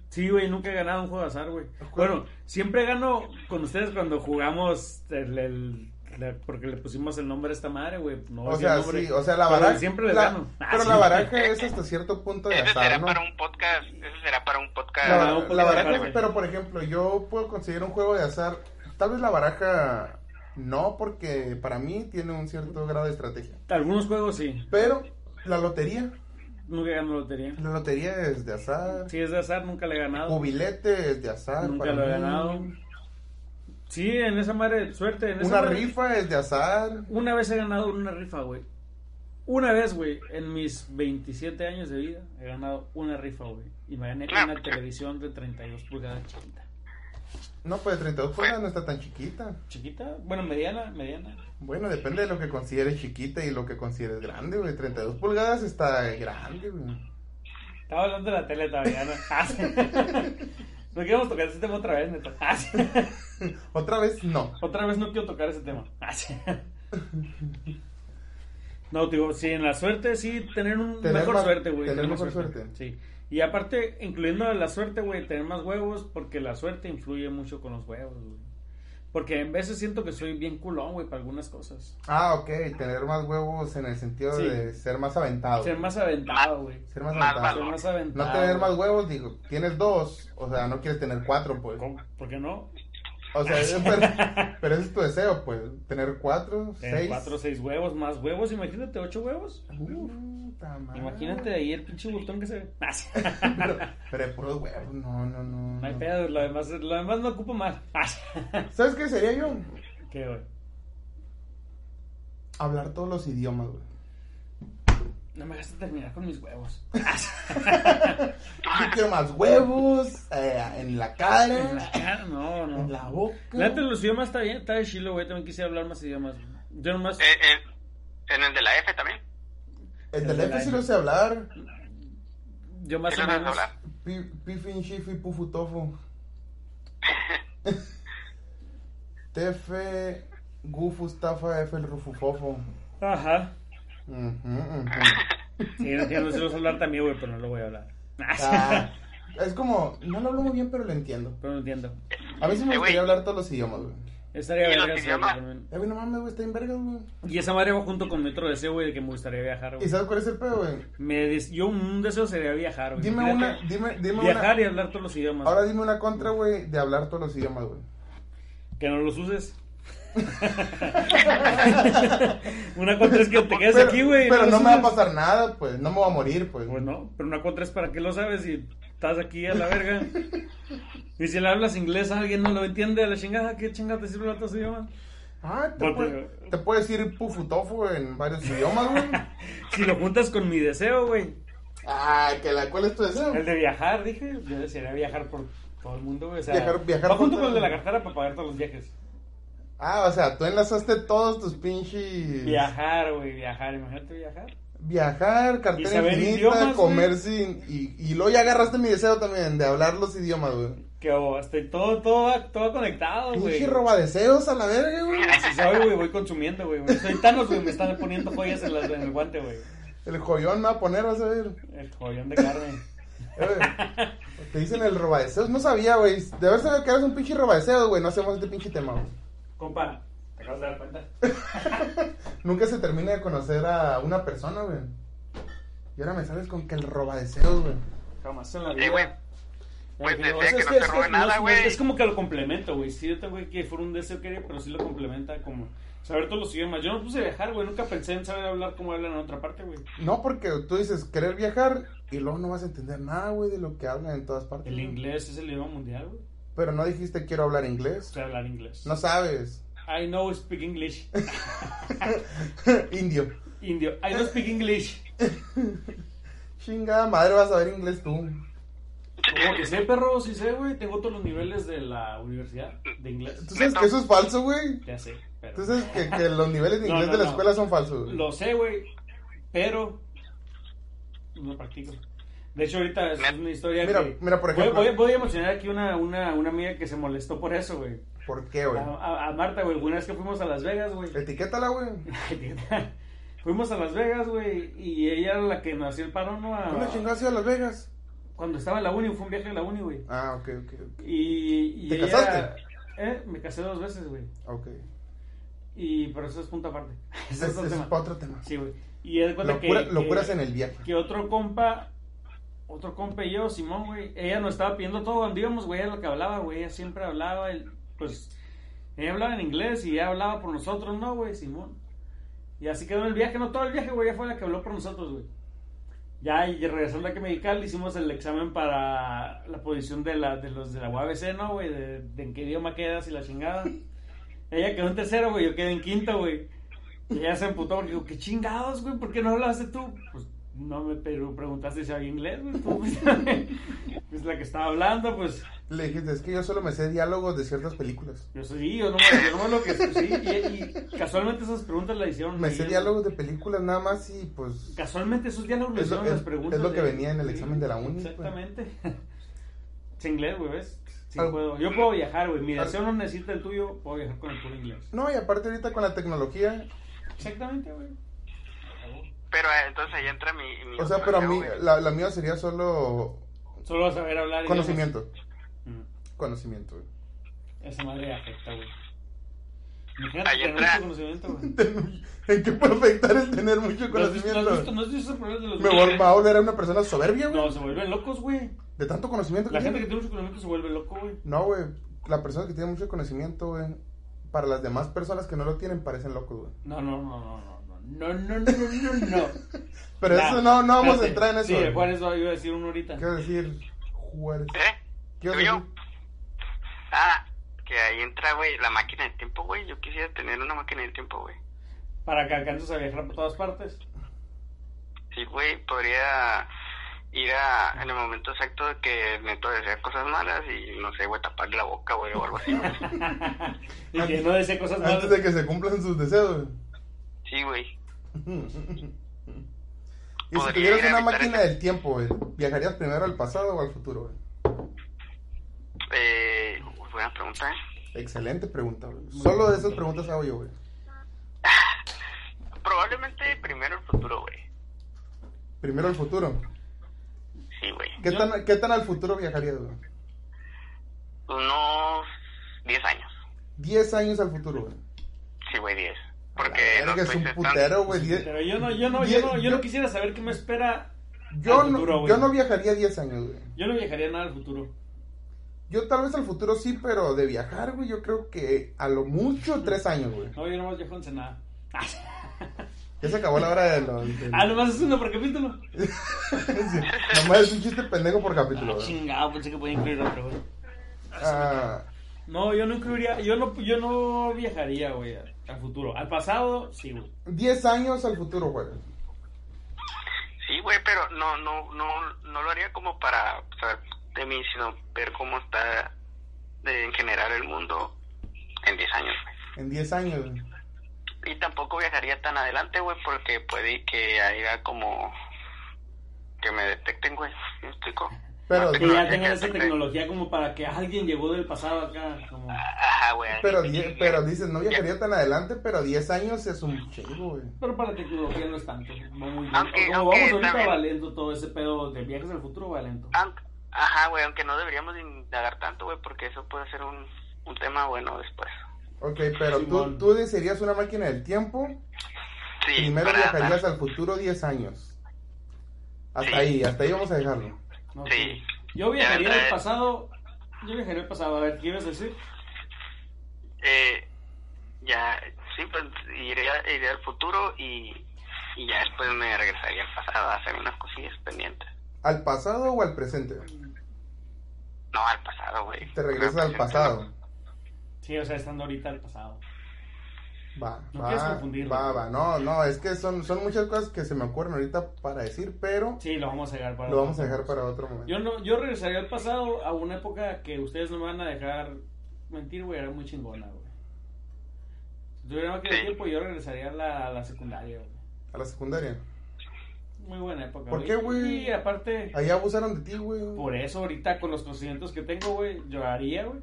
Speaker 1: Sí, güey, nunca he ganado un juego de azar, güey. Bueno, siempre gano con ustedes cuando jugamos el, el- la- porque le pusimos el nombre a esta madre, güey. No,
Speaker 3: O
Speaker 1: es el
Speaker 3: sea,
Speaker 1: nombre.
Speaker 3: sí, o sea, la
Speaker 1: Pero
Speaker 3: baraja.
Speaker 1: Siempre le
Speaker 3: la-
Speaker 1: gano. Ah,
Speaker 3: Pero
Speaker 1: sí.
Speaker 3: la baraja es Pues hasta cierto punto de
Speaker 2: Ese será
Speaker 3: azar, ¿no?
Speaker 2: para un podcast. Ese será para un podcast.
Speaker 3: La,
Speaker 1: No, un poco
Speaker 3: la
Speaker 1: de
Speaker 3: baraja,
Speaker 1: azar, güey.
Speaker 3: pero por ejemplo, yo puedo conseguir un juego de azar. Tal vez la baraja no, porque para mí tiene un cierto grado de estrategia.
Speaker 1: Algunos juegos sí,
Speaker 3: Pero la lotería,
Speaker 1: nunca gano lotería.
Speaker 3: la lotería es de azar.
Speaker 1: Si es de azar, nunca le he ganado.
Speaker 3: Jubilete es de azar.
Speaker 1: Nunca
Speaker 3: para
Speaker 1: lo he
Speaker 3: mí.
Speaker 1: ganado. Sí, en esa madre, suerte. En esa
Speaker 3: Una
Speaker 1: madre-
Speaker 3: rifa es de azar.
Speaker 1: Una vez he ganado una rifa, güey. Una vez, güey, en mis 27 años de vida, he ganado una rifa, güey. Y me gané
Speaker 2: Claro.
Speaker 1: una televisión de 32 pulgadas chiquita.
Speaker 3: No, pues 32 pulgadas no está tan chiquita.
Speaker 1: ¿Chiquita? Bueno, mediana, mediana.
Speaker 3: Bueno, depende de lo que consideres chiquita y lo que consideres grande, güey. 32 pulgadas está grande, güey.
Speaker 1: Estaba hablando de la tele todavía, ¿no? Ah, sí. No queremos tocar ese tema otra vez, neta. Ah, sí.
Speaker 3: Otra vez, no.
Speaker 1: Otra vez no quiero tocar ese tema. Ah, sí. No, digo, sí, en la suerte, sí, tener un
Speaker 3: Tener
Speaker 1: mejor
Speaker 3: más-
Speaker 1: suerte, güey.
Speaker 3: tener
Speaker 1: más
Speaker 3: mejor suerte.
Speaker 1: Sí. Y aparte, incluyendo la suerte, güey, tener más huevos, porque la suerte influye mucho con los huevos, güey. Porque en veces siento que soy bien culón, güey, para algunas cosas.
Speaker 3: Ah, ok. Tener más huevos en el sentido
Speaker 1: Sí.
Speaker 3: de ser más aventado.
Speaker 1: Ser más aventado, güey.
Speaker 3: Ser más
Speaker 2: Más
Speaker 3: aventado.
Speaker 1: Ser más aventado.
Speaker 3: No tener más huevos, digo, tienes dos, o sea, no quieres tener cuatro, pues.
Speaker 1: ¿Cómo? ¿Por qué no?
Speaker 3: O sea, pero, pero ese es tu deseo, pues, tener cuatro,
Speaker 1: Tener
Speaker 3: seis.
Speaker 1: cuatro o seis huevos, más huevos, imagínate, ocho huevos.
Speaker 3: Puta madre.
Speaker 1: Imagínate ahí el pinche botón que se ve. Ah, sí.
Speaker 3: Pero, pero de puros huevos, no, no, no.
Speaker 1: No hay
Speaker 3: no.
Speaker 1: pedo, lo demás, lo demás no ocupo más. Ah, sí.
Speaker 3: ¿Sabes qué sería yo?
Speaker 1: ¿Qué, güey?
Speaker 3: Hablar todos los idiomas, güey.
Speaker 1: No me hagas terminar con mis huevos.
Speaker 3: Yo quiero más huevos eh, en la
Speaker 1: En
Speaker 3: cara,
Speaker 1: la cara, no, no.
Speaker 3: en la boca.
Speaker 1: La neta, los idiomas está bien, está de chilo, güey. También quisiera hablar más idiomas. güey. Yo nomás.
Speaker 2: Eh, eh, en el de la F también.
Speaker 3: El
Speaker 1: el
Speaker 3: del F sí
Speaker 1: año.
Speaker 3: lo sé hablar.
Speaker 1: yo más
Speaker 2: ¿Sí
Speaker 1: o
Speaker 2: lo sabes
Speaker 1: menos.
Speaker 2: hablar?
Speaker 3: Pi- Pifin, shifi, pufu, tofu. Tefe, gufu, stafa, F, e, el rufufofo.
Speaker 1: Ajá.
Speaker 3: Ujú, ujú.
Speaker 1: Sí, no, yo no sé los hablar también, güey, pero no lo voy a hablar.
Speaker 3: Ah, es como, no lo hablo muy bien, pero lo entiendo.
Speaker 1: Pero no entiendo.
Speaker 3: A veces me
Speaker 2: Eh, güey.
Speaker 3: gustaría hablar todos los idiomas, güey.
Speaker 1: Estaría
Speaker 2: ¿Y los
Speaker 1: verga saberlo
Speaker 2: idiomas?
Speaker 1: también.
Speaker 3: Eh, güey, no mames, güey, está en vergas, güey.
Speaker 1: Y esa madre va junto con mi otro deseo, güey, de que me gustaría viajar,
Speaker 3: ¿Y
Speaker 1: güey.
Speaker 3: sabes cuál es el pedo, güey?
Speaker 1: Me des- Yo un deseo sería viajar, güey.
Speaker 3: Dime
Speaker 1: Fíjate,
Speaker 3: una, dime, dime
Speaker 1: Viajar
Speaker 3: una.
Speaker 1: y hablar todos los idiomas.
Speaker 3: Ahora dime una contra, güey, de hablar todos los idiomas, güey.
Speaker 1: Que no los uses. una contra es que te quedes
Speaker 3: Pero-
Speaker 1: aquí, güey. y
Speaker 3: Pero
Speaker 1: los
Speaker 3: no me va a
Speaker 1: uses.
Speaker 3: pasar nada, pues. No me voy a morir, pues.
Speaker 1: Pues no, pero una contra es para qué lo sabes si estás aquí a la verga. Y si le hablas inglés a alguien no lo entiende a la chingada, ¿qué chingada te sirve el otro idioma?
Speaker 3: Ah, te,
Speaker 1: Porque-
Speaker 3: puede, te puede decir pufutofo en varios idiomas, güey.
Speaker 1: Si lo juntas con mi deseo, güey.
Speaker 3: Ah, que la, ¿cuál es tu deseo?
Speaker 1: El de viajar, dije. Yo desearía viajar por Todo el mundo, güey. O sea,
Speaker 3: Viajar- viajar
Speaker 1: va junto
Speaker 3: junto-
Speaker 1: con el de la cartera para pagar todos los viajes.
Speaker 3: Ah, o sea, tú enlazaste todos tus pinches.
Speaker 1: Viajar, güey, viajar. Imagínate viajar.
Speaker 3: Viajar,
Speaker 1: Y
Speaker 3: cartera
Speaker 1: saber
Speaker 3: infinita,
Speaker 1: idiomas,
Speaker 3: comer
Speaker 1: güey.
Speaker 3: sin. Y, y luego ya agarraste mi deseo también de hablar los idiomas, güey.
Speaker 1: Que oh, estoy todo, todo, va- todo conectado, güey.
Speaker 3: Pinche roba deseos a la verga, güey.
Speaker 1: Así soy, güey, voy consumiendo, güey. Soy Thanos, güey, me están poniendo joyas en, las, en el guante, güey.
Speaker 3: El joyón me va a poner, vas a ver.
Speaker 1: El joyón de carne.
Speaker 3: Eh, güey, Te dicen el robadeseos. No sabía, güey. De haber sabido que eras un pinche robadeseos, güey. No hacemos este pinche tema, güey.
Speaker 1: Compa, ¿te acabas de dar cuenta?
Speaker 3: Nunca se termina de conocer a una persona, güey. Y ahora me sales con que el robadeseos, güey.
Speaker 1: Jamás en la vida.
Speaker 2: Sí, güey. Pues
Speaker 1: Porque,
Speaker 2: desea que
Speaker 1: es
Speaker 2: no
Speaker 1: que-
Speaker 2: te
Speaker 1: es que
Speaker 2: robe nada,
Speaker 1: es-
Speaker 2: güey.
Speaker 1: Es como que lo complemento, güey. Sí, yo tengo que fuera un deseo que quería, pero sí lo complementa como saber todos los idiomas. Yo no puse viajar, güey. Nunca pensé en saber hablar como hablan en otra parte, güey.
Speaker 3: No, porque tú dices querer viajar y luego no vas a entender nada, güey, de lo que hablan en todas partes.
Speaker 1: El
Speaker 3: güey.
Speaker 1: inglés es el idioma mundial, güey.
Speaker 3: Pero no dijiste quiero hablar inglés.
Speaker 1: O sea, hablar inglés.
Speaker 3: No sabes.
Speaker 1: I know speak English.
Speaker 3: Indio.
Speaker 1: Indio. I know speak English.
Speaker 3: Chingada madre, vas a ver inglés tú.
Speaker 1: Como que sé, perro, sí sé, güey. Tengo todos los niveles de la universidad de inglés.
Speaker 3: ¿Tú sabes que eso es falso, güey?
Speaker 1: Ya sé, pero.
Speaker 3: ¿Tú sabes que, que los niveles de
Speaker 1: No,
Speaker 3: inglés
Speaker 1: no,
Speaker 3: de la
Speaker 1: no.
Speaker 3: escuela son falsos? güey?
Speaker 1: Lo sé, güey, pero no practico. De hecho, ahorita es una historia
Speaker 3: Mira,
Speaker 1: que...
Speaker 3: mira, por
Speaker 1: Voy-
Speaker 3: ejemplo.
Speaker 1: Voy, voy a mencionar aquí una, una, una amiga que se molestó por eso, güey.
Speaker 3: ¿Por qué,
Speaker 1: A,
Speaker 3: güey? Eh.
Speaker 1: a- a Marta, güey, una vez que fuimos a Las Vegas, güey.
Speaker 3: Etiquétala, güey.
Speaker 1: fuimos a Las Vegas, güey, y ella era la que nos hacía el paro, ¿no? A-
Speaker 3: ¿Dónde chingados iba a Las Vegas?
Speaker 1: cuando estaba en la uni, fue un viaje a la uni, güey.
Speaker 3: Ah, ok, ok, ok.
Speaker 1: Y, y
Speaker 3: ¿Te
Speaker 1: ella-
Speaker 3: casaste?
Speaker 1: Eh, me casé dos veces, güey.
Speaker 3: Ok.
Speaker 1: Y, pero eso es punto aparte.
Speaker 3: Es,
Speaker 1: Eso es otro
Speaker 3: es
Speaker 1: tema.
Speaker 3: para otro tema.
Speaker 1: Sí, güey. Y haz de cuenta
Speaker 3: Locura-
Speaker 1: que,
Speaker 3: locuras
Speaker 1: que-
Speaker 3: en el viaje.
Speaker 1: que otro compa, otro compa y yo, Simón, güey, ella nos estaba pidiendo todo donde íbamos, güey, ella lo que hablaba, güey, ella siempre hablaba, el- pues, ella hablaba en inglés y ella hablaba por nosotros, ¿no, güey, Simón? Y así quedó en el viaje, no todo el viaje, güey, ella fue la que habló por nosotros, güey. Ya, y regresando aquí a Mexicali, hicimos el examen para la posición de, la, de los de la UABC, ¿no, güey? De, de en qué idioma quedas y la chingada. Ella quedó en tercero, güey, yo quedé en quinto, güey. Y ella se emputó porque digo, qué chingados, güey, ¿por qué no hablaste tú? Pues no me pero preguntaste si había inglés, güey. tú, pues, es la que estaba hablando, pues
Speaker 3: Le dijiste, es que yo solo me sé diálogos de ciertas películas.
Speaker 1: yo soy yo, no me yo no me lo que pues, sí. Y, y casualmente esas preguntas la hicieron.
Speaker 3: Me sé
Speaker 1: ellos.
Speaker 3: diálogos de películas nada más y pues...
Speaker 1: Casualmente esos diálogos le
Speaker 3: Es lo-
Speaker 1: hicieron
Speaker 3: es-
Speaker 1: las preguntas.
Speaker 3: es lo que
Speaker 1: de-
Speaker 3: venía en el examen de la uni, pues. güey.
Speaker 1: Exactamente. Sin inglés, güey, ¿ves? Sí
Speaker 3: Al-
Speaker 1: puedo. Yo puedo viajar, güey. Mi deseo no necesita el tuyo, puedo viajar con el puro inglés.
Speaker 3: No, y aparte ahorita con la tecnología,
Speaker 1: Exactamente, güey.
Speaker 2: Pero eh, entonces ahí entra mi. mi
Speaker 3: o sea,
Speaker 2: otro
Speaker 3: pero a
Speaker 2: deseo,
Speaker 3: mí,
Speaker 2: güey.
Speaker 3: la, la mía sería solo
Speaker 1: Solo saber hablar. idiomas.
Speaker 3: conocimiento.
Speaker 1: Mm.
Speaker 3: Conocimiento, güey.
Speaker 1: Esa madre afecta, güey. Imagínate
Speaker 2: Ahí
Speaker 1: tener
Speaker 2: entra.
Speaker 1: mucho conocimiento, güey.
Speaker 3: ¿En qué puede afectar el tener mucho
Speaker 1: ¿No has visto-
Speaker 3: conocimiento?
Speaker 1: ¿No has visto, no has visto esos problemas de los
Speaker 3: Me vol- me va a volver a una persona soberbia, güey.
Speaker 1: No, se vuelven locos, güey.
Speaker 3: De tanto conocimiento que
Speaker 1: La gente
Speaker 3: tiene.
Speaker 1: que tiene mucho conocimiento se vuelve loco, güey.
Speaker 3: No, güey. La persona que tiene mucho conocimiento, güey. Para las demás personas que no lo tienen, parecen locos, güey.
Speaker 1: No, no, no, no, no, no, no, no, no, no, no.
Speaker 3: Pero
Speaker 1: La-
Speaker 3: eso no, no vamos
Speaker 1: espérate.
Speaker 3: a entrar en eso.
Speaker 1: Sí,
Speaker 3: güey.
Speaker 1: Juárez va- iba a decir uno ahorita.
Speaker 3: Quiero decir, Juárez.
Speaker 2: ¿Eh?
Speaker 3: Quiero
Speaker 2: ¿Tú y yo?
Speaker 3: decir,
Speaker 2: Ah, que ahí entra, güey, la máquina del tiempo, güey. Yo quisiera tener una máquina del tiempo, güey.
Speaker 1: Para que alcances a viajar por todas partes.
Speaker 2: Sí, güey, podría ir a, en el momento exacto de que me toque decir cosas malas y, no sé, güey, taparle la boca, güey, o algo así, güey.
Speaker 1: y que
Speaker 3: Antes-
Speaker 1: no desee cosas malas.
Speaker 3: antes de que se cumplan sus deseos,
Speaker 2: Sí, güey.
Speaker 3: güey. Y si
Speaker 2: Podría ir
Speaker 3: tuvieras
Speaker 2: a
Speaker 3: una
Speaker 2: evitar
Speaker 3: máquina
Speaker 2: ese-
Speaker 3: del tiempo, güey, ¿viajarías primero al pasado o al futuro, güey?
Speaker 2: Eh, uy, buena pregunta, ¿eh?
Speaker 3: Excelente pregunta, güey. Solo de esas preguntas hago yo, güey.
Speaker 2: Probablemente primero el futuro, güey.
Speaker 3: Primero al futuro.
Speaker 2: Sí, güey.
Speaker 3: ¿Qué
Speaker 1: Yo-
Speaker 3: tan, ¿Qué tan al futuro viajarías, güey?
Speaker 2: Unos 10 años.
Speaker 3: 10 años al futuro, güey.
Speaker 2: Sí, güey, 10.
Speaker 3: La
Speaker 2: Porque
Speaker 3: verga, es un
Speaker 2: estoy
Speaker 3: putero, güey. diez-
Speaker 1: Pero yo no, yo no,
Speaker 3: diez-
Speaker 1: yo no, yo no quisiera saber qué me espera.
Speaker 3: Yo,
Speaker 1: al futuro,
Speaker 3: no,
Speaker 1: güey.
Speaker 3: yo no viajaría 10 años, güey.
Speaker 1: Yo no viajaría nada al futuro.
Speaker 3: Yo tal vez al futuro sí, pero de viajar, güey, yo creo que a lo mucho 3 años, güey.
Speaker 1: No, yo nomás viajo en Senada.
Speaker 3: Ya se acabó la hora de los... de-
Speaker 1: Ah, nomás es uno por capítulo.
Speaker 3: Sí, nomás es un chiste pendejo por capítulo,
Speaker 1: Ah,
Speaker 3: güey.
Speaker 1: chingado, pensé que podía incluir otro, güey.
Speaker 3: Ah,
Speaker 1: No, yo no incluiría, yo no, yo no viajaría, güey, al al futuro. Al pasado, sí, güey.
Speaker 3: 10 años al futuro, güey.
Speaker 2: Sí, güey, pero no, no, no, no lo haría como para saber de mí, sino ver cómo está de, en general el mundo en 10 años.
Speaker 3: En 10 años. güey.
Speaker 2: Y tampoco viajaría tan adelante, güey, porque puede que haya como que me detecten, güey. ¿Me explico?
Speaker 3: Pero,
Speaker 1: Que ya
Speaker 2: La tecnología
Speaker 1: tengan
Speaker 2: que
Speaker 1: esa
Speaker 2: detecte.
Speaker 1: tecnología como para que alguien llegó del pasado acá. Como...
Speaker 2: Ajá, güey.
Speaker 3: Pero,
Speaker 2: así
Speaker 3: die-
Speaker 2: que-
Speaker 3: pero dices, no viajaría tan adelante, pero 10 años es un chingo, güey.
Speaker 1: Pero para tecnología no es tanto. Va muy bien.
Speaker 2: Aunque-
Speaker 1: como vamos
Speaker 2: aunque
Speaker 1: ahorita
Speaker 2: también- Ah,
Speaker 1: va lento todo ese pedo de viajes al futuro, va lento.
Speaker 2: Aunque- ajá, güey, aunque no deberíamos indagar tanto, güey, porque eso puede ser un, un tema bueno después.
Speaker 3: Ok, pero tú,
Speaker 1: Simón.
Speaker 3: tú desearías una máquina del tiempo.
Speaker 2: Sí,
Speaker 3: Primero
Speaker 2: para-
Speaker 3: viajarías al futuro 10 años. Hasta ahí, hasta ahí vamos a dejarlo.
Speaker 1: No,
Speaker 2: Sí.
Speaker 1: sí. Yo
Speaker 2: Ya,
Speaker 1: viajaría al
Speaker 2: eh.
Speaker 1: pasado. Yo viajaría al pasado. A ver, ¿qué ibas a decir?
Speaker 2: eh, ya, sí, pues iría, iría al futuro y, y ya después me regresaría al pasado a hacer unas cosillas pendientes.
Speaker 3: ¿Al pasado o al presente?
Speaker 2: No, al pasado, güey.
Speaker 3: Te regresas
Speaker 2: No,
Speaker 3: al
Speaker 2: presente,
Speaker 3: pasado.
Speaker 1: Sí, o sea, estando ahorita al pasado.
Speaker 3: Va,
Speaker 1: No quieres
Speaker 3: va,
Speaker 1: confundirlo.
Speaker 3: va, va. No, no, es que son, son muchas cosas que se me ocurren ahorita para decir, pero
Speaker 1: Sí, lo vamos a dejar para
Speaker 3: lo vamos a dejar para otro
Speaker 1: Yo,
Speaker 3: momento.
Speaker 1: no, yo regresaría al pasado a una época que ustedes no me van a dejar mentir, güey. Era muy chingona, güey. Si tuviera más que
Speaker 2: Sí.
Speaker 1: tiempo, yo regresaría a la, a la secundaria, güey.
Speaker 3: A la secundaria.
Speaker 1: Muy buena época,
Speaker 3: ¿Por qué, güey?
Speaker 1: Y aparte,
Speaker 3: Ahí abusaron de ti, güey.
Speaker 1: por eso ahorita con los conocimientos que tengo, güey, lloraría, güey.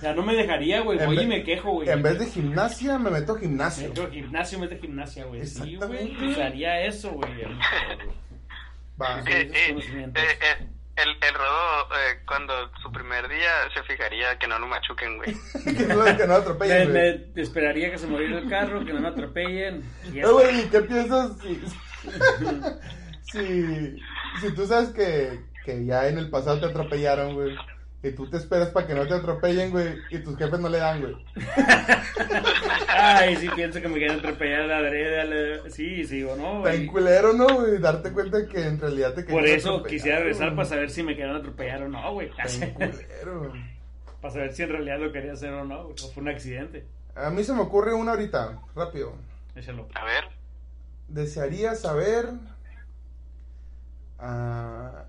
Speaker 1: ya no me dejaría, güey.
Speaker 3: En
Speaker 1: Voy
Speaker 3: ve-
Speaker 1: y me quejo, güey.
Speaker 3: En vez de gimnasia, me meto a
Speaker 1: Me
Speaker 3: gimnasio.
Speaker 1: meto a gimnasio, mete gimnasia, güey. Sí, güey.
Speaker 3: Exactamente.
Speaker 1: Usaría eso, güey.
Speaker 3: Va.
Speaker 1: Sí, esos
Speaker 2: Eh, eh,
Speaker 1: conocimientos.
Speaker 2: eh, eh, el, el rodo, eh, cuando su primer día se fijaría que no lo machuquen, güey.
Speaker 3: que no, que no
Speaker 1: Me,
Speaker 3: atropellen, güey.
Speaker 1: me esperaría que se moviera el carro, que no me atropellen. y ya
Speaker 3: Eh, güey, ¿qué piensas si, si, si tú sabes que, que ya en el pasado te atropellaron, güey? Y tú te esperas para que no te atropellen, güey, y tus jefes no le dan, güey.
Speaker 1: Ay, sí, pienso que me quieren atropellar a la derecha. a la- Sí, sí, o no, güey.
Speaker 3: Tan culero, ¿no, güey? Darte cuenta que en realidad te
Speaker 1: Por
Speaker 3: querían
Speaker 1: eso
Speaker 3: atropellar,
Speaker 1: quisiera regresar para
Speaker 3: güey.
Speaker 1: saber si me querían atropellar o no, güey.
Speaker 3: Tan culero.
Speaker 1: Para saber si en realidad lo quería hacer o no, güey. O fue un accidente.
Speaker 3: A mí se me ocurre una ahorita, rápido.
Speaker 1: Échalo.
Speaker 2: A ver,
Speaker 3: Desearía saber... ah,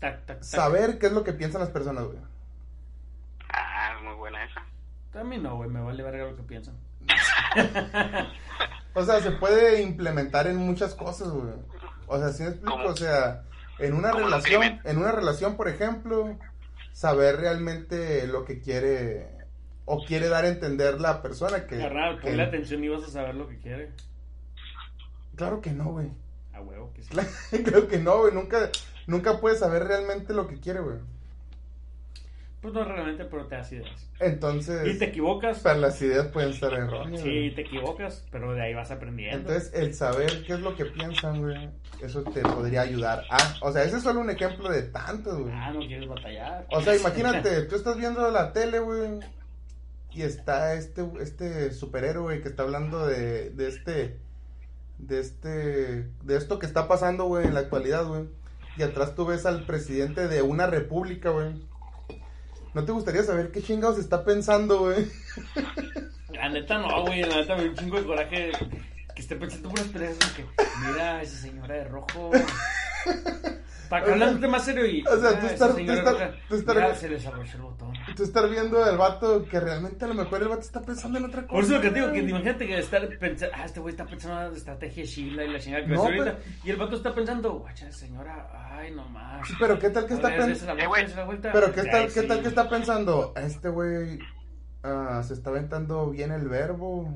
Speaker 1: Tac, tac, tac.
Speaker 3: saber qué es lo que piensan las personas, güey.
Speaker 2: ah, muy buena esa.
Speaker 1: A mí no, güey. Me vale verga lo que piensan.
Speaker 3: O sea, se puede implementar en muchas cosas, güey. O sea, si me explico?
Speaker 2: ¿Cómo?
Speaker 3: O sea, en una
Speaker 2: ¿Cómo lo
Speaker 3: relación,
Speaker 2: crimen?
Speaker 3: en una relación, por ejemplo, saber realmente lo que quiere o quiere dar a entender la persona que...
Speaker 1: Carnal,
Speaker 3: que-
Speaker 1: ponle atención y vas a saber lo que quiere.
Speaker 3: Claro que no, güey.
Speaker 1: A huevo, que sí.
Speaker 3: Claro que no, güey. Nunca, nunca puedes saber realmente lo que quiere, güey.
Speaker 1: Pues no realmente, pero te das ideas.
Speaker 3: Entonces,
Speaker 1: Y te equivocas.
Speaker 3: hasta las ideas pueden estar erróneas.
Speaker 1: Sí,
Speaker 3: güey.
Speaker 1: te equivocas, pero de ahí vas aprendiendo.
Speaker 3: Entonces, el saber qué es lo que piensan, güey, eso te podría ayudar a... O sea, ese es solo un ejemplo de tantos, güey.
Speaker 1: Ah, no quieres batallar.
Speaker 3: O sea, imagínate, tú estás viendo la tele, güey, y está este, este superhéroe que está hablando de, de este, de este, de esto que está pasando, güey, en la actualidad, güey. Y atrás tú ves al presidente de una república, güey. ¿No te gustaría saber qué chingados está pensando, güey?
Speaker 1: La neta no, güey, la neta me dio un chingo de coraje que este esté pensando puras peleas de que, mira, esa señora de rojo. Para que
Speaker 3: O sea,
Speaker 1: hablando más serio y.
Speaker 3: o sea,
Speaker 1: "Mira,
Speaker 3: tú
Speaker 1: esa
Speaker 3: estar- tú
Speaker 1: señora
Speaker 3: estar-
Speaker 1: roja,
Speaker 3: tú estar-
Speaker 1: mira, se les abrochó el botón.
Speaker 3: Tú estar viendo al vato que realmente a lo mejor el vato está pensando en otra cosa.
Speaker 1: Por eso lo que te digo, que
Speaker 3: güey.
Speaker 1: imagínate que estar pensando, ah, este güey está pensando en la estrategia de Sheila y la chingada que
Speaker 3: No,
Speaker 1: hace ahorita. Y el vato está pensando, guacha, señora, ay, no más.
Speaker 3: Pero qué tal que está pensando...
Speaker 1: pensando.
Speaker 2: Eh, güey,
Speaker 3: Pero ¿qué tal, qué tal que está pensando? Este güey ah, se está aventando bien el verbo.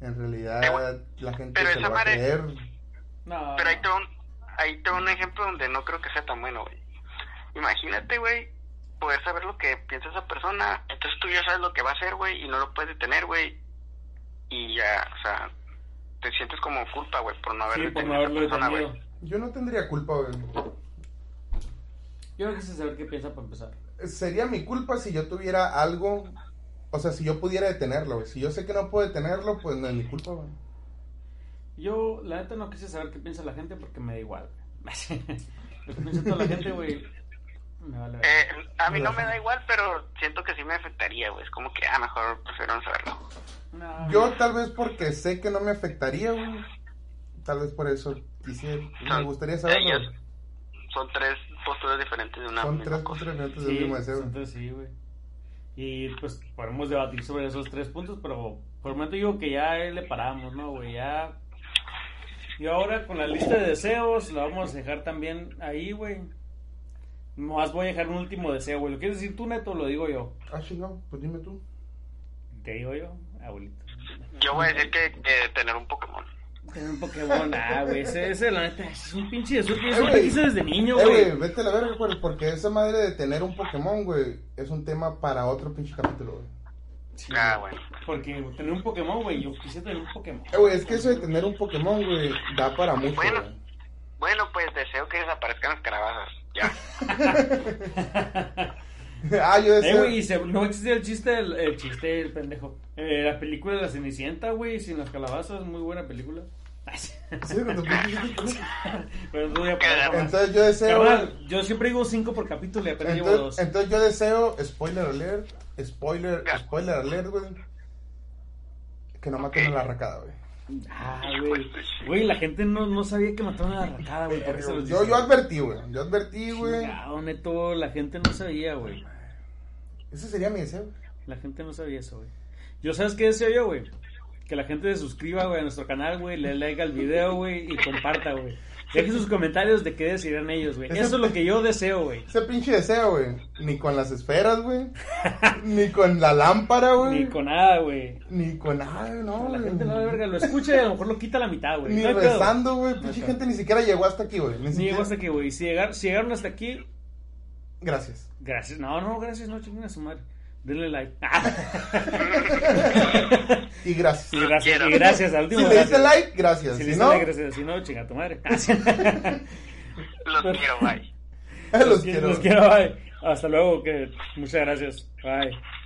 Speaker 3: En realidad,
Speaker 2: Eh, güey,
Speaker 3: la gente
Speaker 2: pero
Speaker 3: se
Speaker 2: esa
Speaker 3: lo va a
Speaker 2: madre-
Speaker 3: creer.
Speaker 1: No,
Speaker 2: Pero ahí
Speaker 1: Ah, no.
Speaker 2: te, va un, ahí te va un ejemplo donde no creo que sea tan bueno, güey. Imagínate, güey, poder saber lo que piensa esa persona. Entonces tú ya sabes lo que va a hacer, güey, y no lo puedes detener, güey. Y ya, o sea, te sientes como culpa, güey, por no haber
Speaker 1: Sí, por no
Speaker 2: a esa
Speaker 1: haberlo
Speaker 2: persona, güey.
Speaker 1: detenido.
Speaker 3: Yo no tendría culpa, güey.
Speaker 1: Yo no quise saber qué piensa para empezar.
Speaker 3: Sería mi culpa si yo tuviera algo. O sea, si yo pudiera detenerlo, güey. Si yo sé que no puedo detenerlo, pues no es mi culpa, güey.
Speaker 1: Yo, la neta, no quise saber qué piensa la gente porque me da igual. güey. Lo que piensa toda la gente, güey, me vale verga.
Speaker 2: Eh, a mí no me da igual, pero siento que sí me afectaría, güey. Es como que, ah, mejor prefiero no saberlo.
Speaker 1: No,
Speaker 3: Yo tal vez porque sé que no me afectaría, güey. Tal vez por eso quisiera. Me gustaría
Speaker 2: Son-
Speaker 3: saberlo.
Speaker 2: ellas
Speaker 3: güey.
Speaker 2: Son tres posturas diferentes de una
Speaker 3: Son
Speaker 2: misma
Speaker 3: tres
Speaker 2: cosa.
Speaker 3: contrariantes del
Speaker 1: Sí,
Speaker 3: mismo deseo. güey.
Speaker 1: entonces sí, güey. Y pues podemos debatir sobre esos tres puntos, pero por el momento digo que ya le paramos, ¿no, güey? Ya. Y ahora con la lista de deseos la vamos a dejar también ahí, güey. Nomás voy a dejar un último deseo, güey. ¿Lo quieres decir tú, Neto, o lo digo yo?
Speaker 3: Ah, chingado, pues dime tú.
Speaker 1: Te digo yo, abuelito.
Speaker 2: Yo voy a decir que, que tener un Pokémon.
Speaker 1: Tener un Pokémon, ah, güey. Ese, ese, la neta, es un pinche deseo que yo
Speaker 3: Eh,
Speaker 1: siempre
Speaker 3: güey.
Speaker 1: quise desde niño,
Speaker 3: Eh,
Speaker 1: güey.
Speaker 3: güey, vete a la verga, güey, porque esa madre de tener un Pokémon, güey, es un tema para otro pinche capítulo, güey.
Speaker 1: Sí,
Speaker 2: Ah,
Speaker 1: güey.
Speaker 2: bueno.
Speaker 1: Porque tener un Pokémon, güey, yo quise tener un Pokémon.
Speaker 3: Eh, güey, es que eso de tener un Pokémon, güey, da para mucho,
Speaker 2: Bueno.
Speaker 3: güey.
Speaker 2: Bueno, pues deseo que desaparezcan las calabazas. Ya.
Speaker 3: ah, yo
Speaker 1: Eh,
Speaker 3: deseo...
Speaker 1: güey, y se- no existe el chiste, el, el chiste, el pendejo. Eh, la película de la Cenicienta, güey, sin las calabazas, muy buena película. Ay, sí.
Speaker 3: Sí, con tu pinche-
Speaker 1: Pero no voy a poner nada más.
Speaker 3: Entonces yo deseo...
Speaker 1: Carnal, yo siempre digo cinco por capítulo y apenas llevo dos.
Speaker 3: Entonces, entonces yo deseo, spoiler alert, spoiler, spoiler alert, güey. Que no maten a la racada, güey.
Speaker 1: Ah, güey. Güey, la gente no, no sabía que mataron a la ratada, güey. ¿por qué se los
Speaker 3: Yo,
Speaker 1: dice?
Speaker 3: yo advertí, güey. Yo advertí, güey.
Speaker 1: Chingado, neto, la gente no sabía, güey.
Speaker 3: Ese sería mi deseo.
Speaker 1: La gente no sabía eso, güey. Yo, ¿sabes qué deseo yo, güey? Que la gente se suscriba, güey, a nuestro canal, güey, le dé like al video, güey, y comparta, güey. Dejen sus comentarios de qué desearían ellos, güey. Eso es lo que yo deseo, güey.
Speaker 3: Ese pinche deseo, güey. Ni con las esferas, güey. ni con la lámpara, güey.
Speaker 1: Ni con nada, güey.
Speaker 3: Ni con nada, güey, no,
Speaker 1: La
Speaker 3: güey.
Speaker 1: gente no la verga, lo escucha y a lo mejor lo quita a la mitad, güey.
Speaker 3: Ni
Speaker 1: No hay pedo.
Speaker 3: rezando, güey. Pinche
Speaker 1: No,
Speaker 3: gente ni siquiera llegó hasta aquí, güey. Ni
Speaker 1: Ni
Speaker 3: siquiera-
Speaker 1: llegó hasta aquí, güey. Si, llegar- si llegaron hasta aquí,
Speaker 3: Gracias.
Speaker 1: gracias. No, no, gracias, no, chinguen a su madre. Denle like. Ah.
Speaker 3: Y gracias.
Speaker 1: y gracias, y gracias, al
Speaker 3: Si
Speaker 1: último
Speaker 3: le diste
Speaker 1: gracias.
Speaker 3: like, gracias.
Speaker 1: Si
Speaker 3: Si,
Speaker 1: le diste
Speaker 3: no,
Speaker 1: like, gracias. Si no, chinga tu madre. Ah,
Speaker 2: Los quiero, bye.
Speaker 3: los
Speaker 1: Los
Speaker 3: quiero.
Speaker 1: quiero, bye. Hasta luego, que muchas gracias. Bye.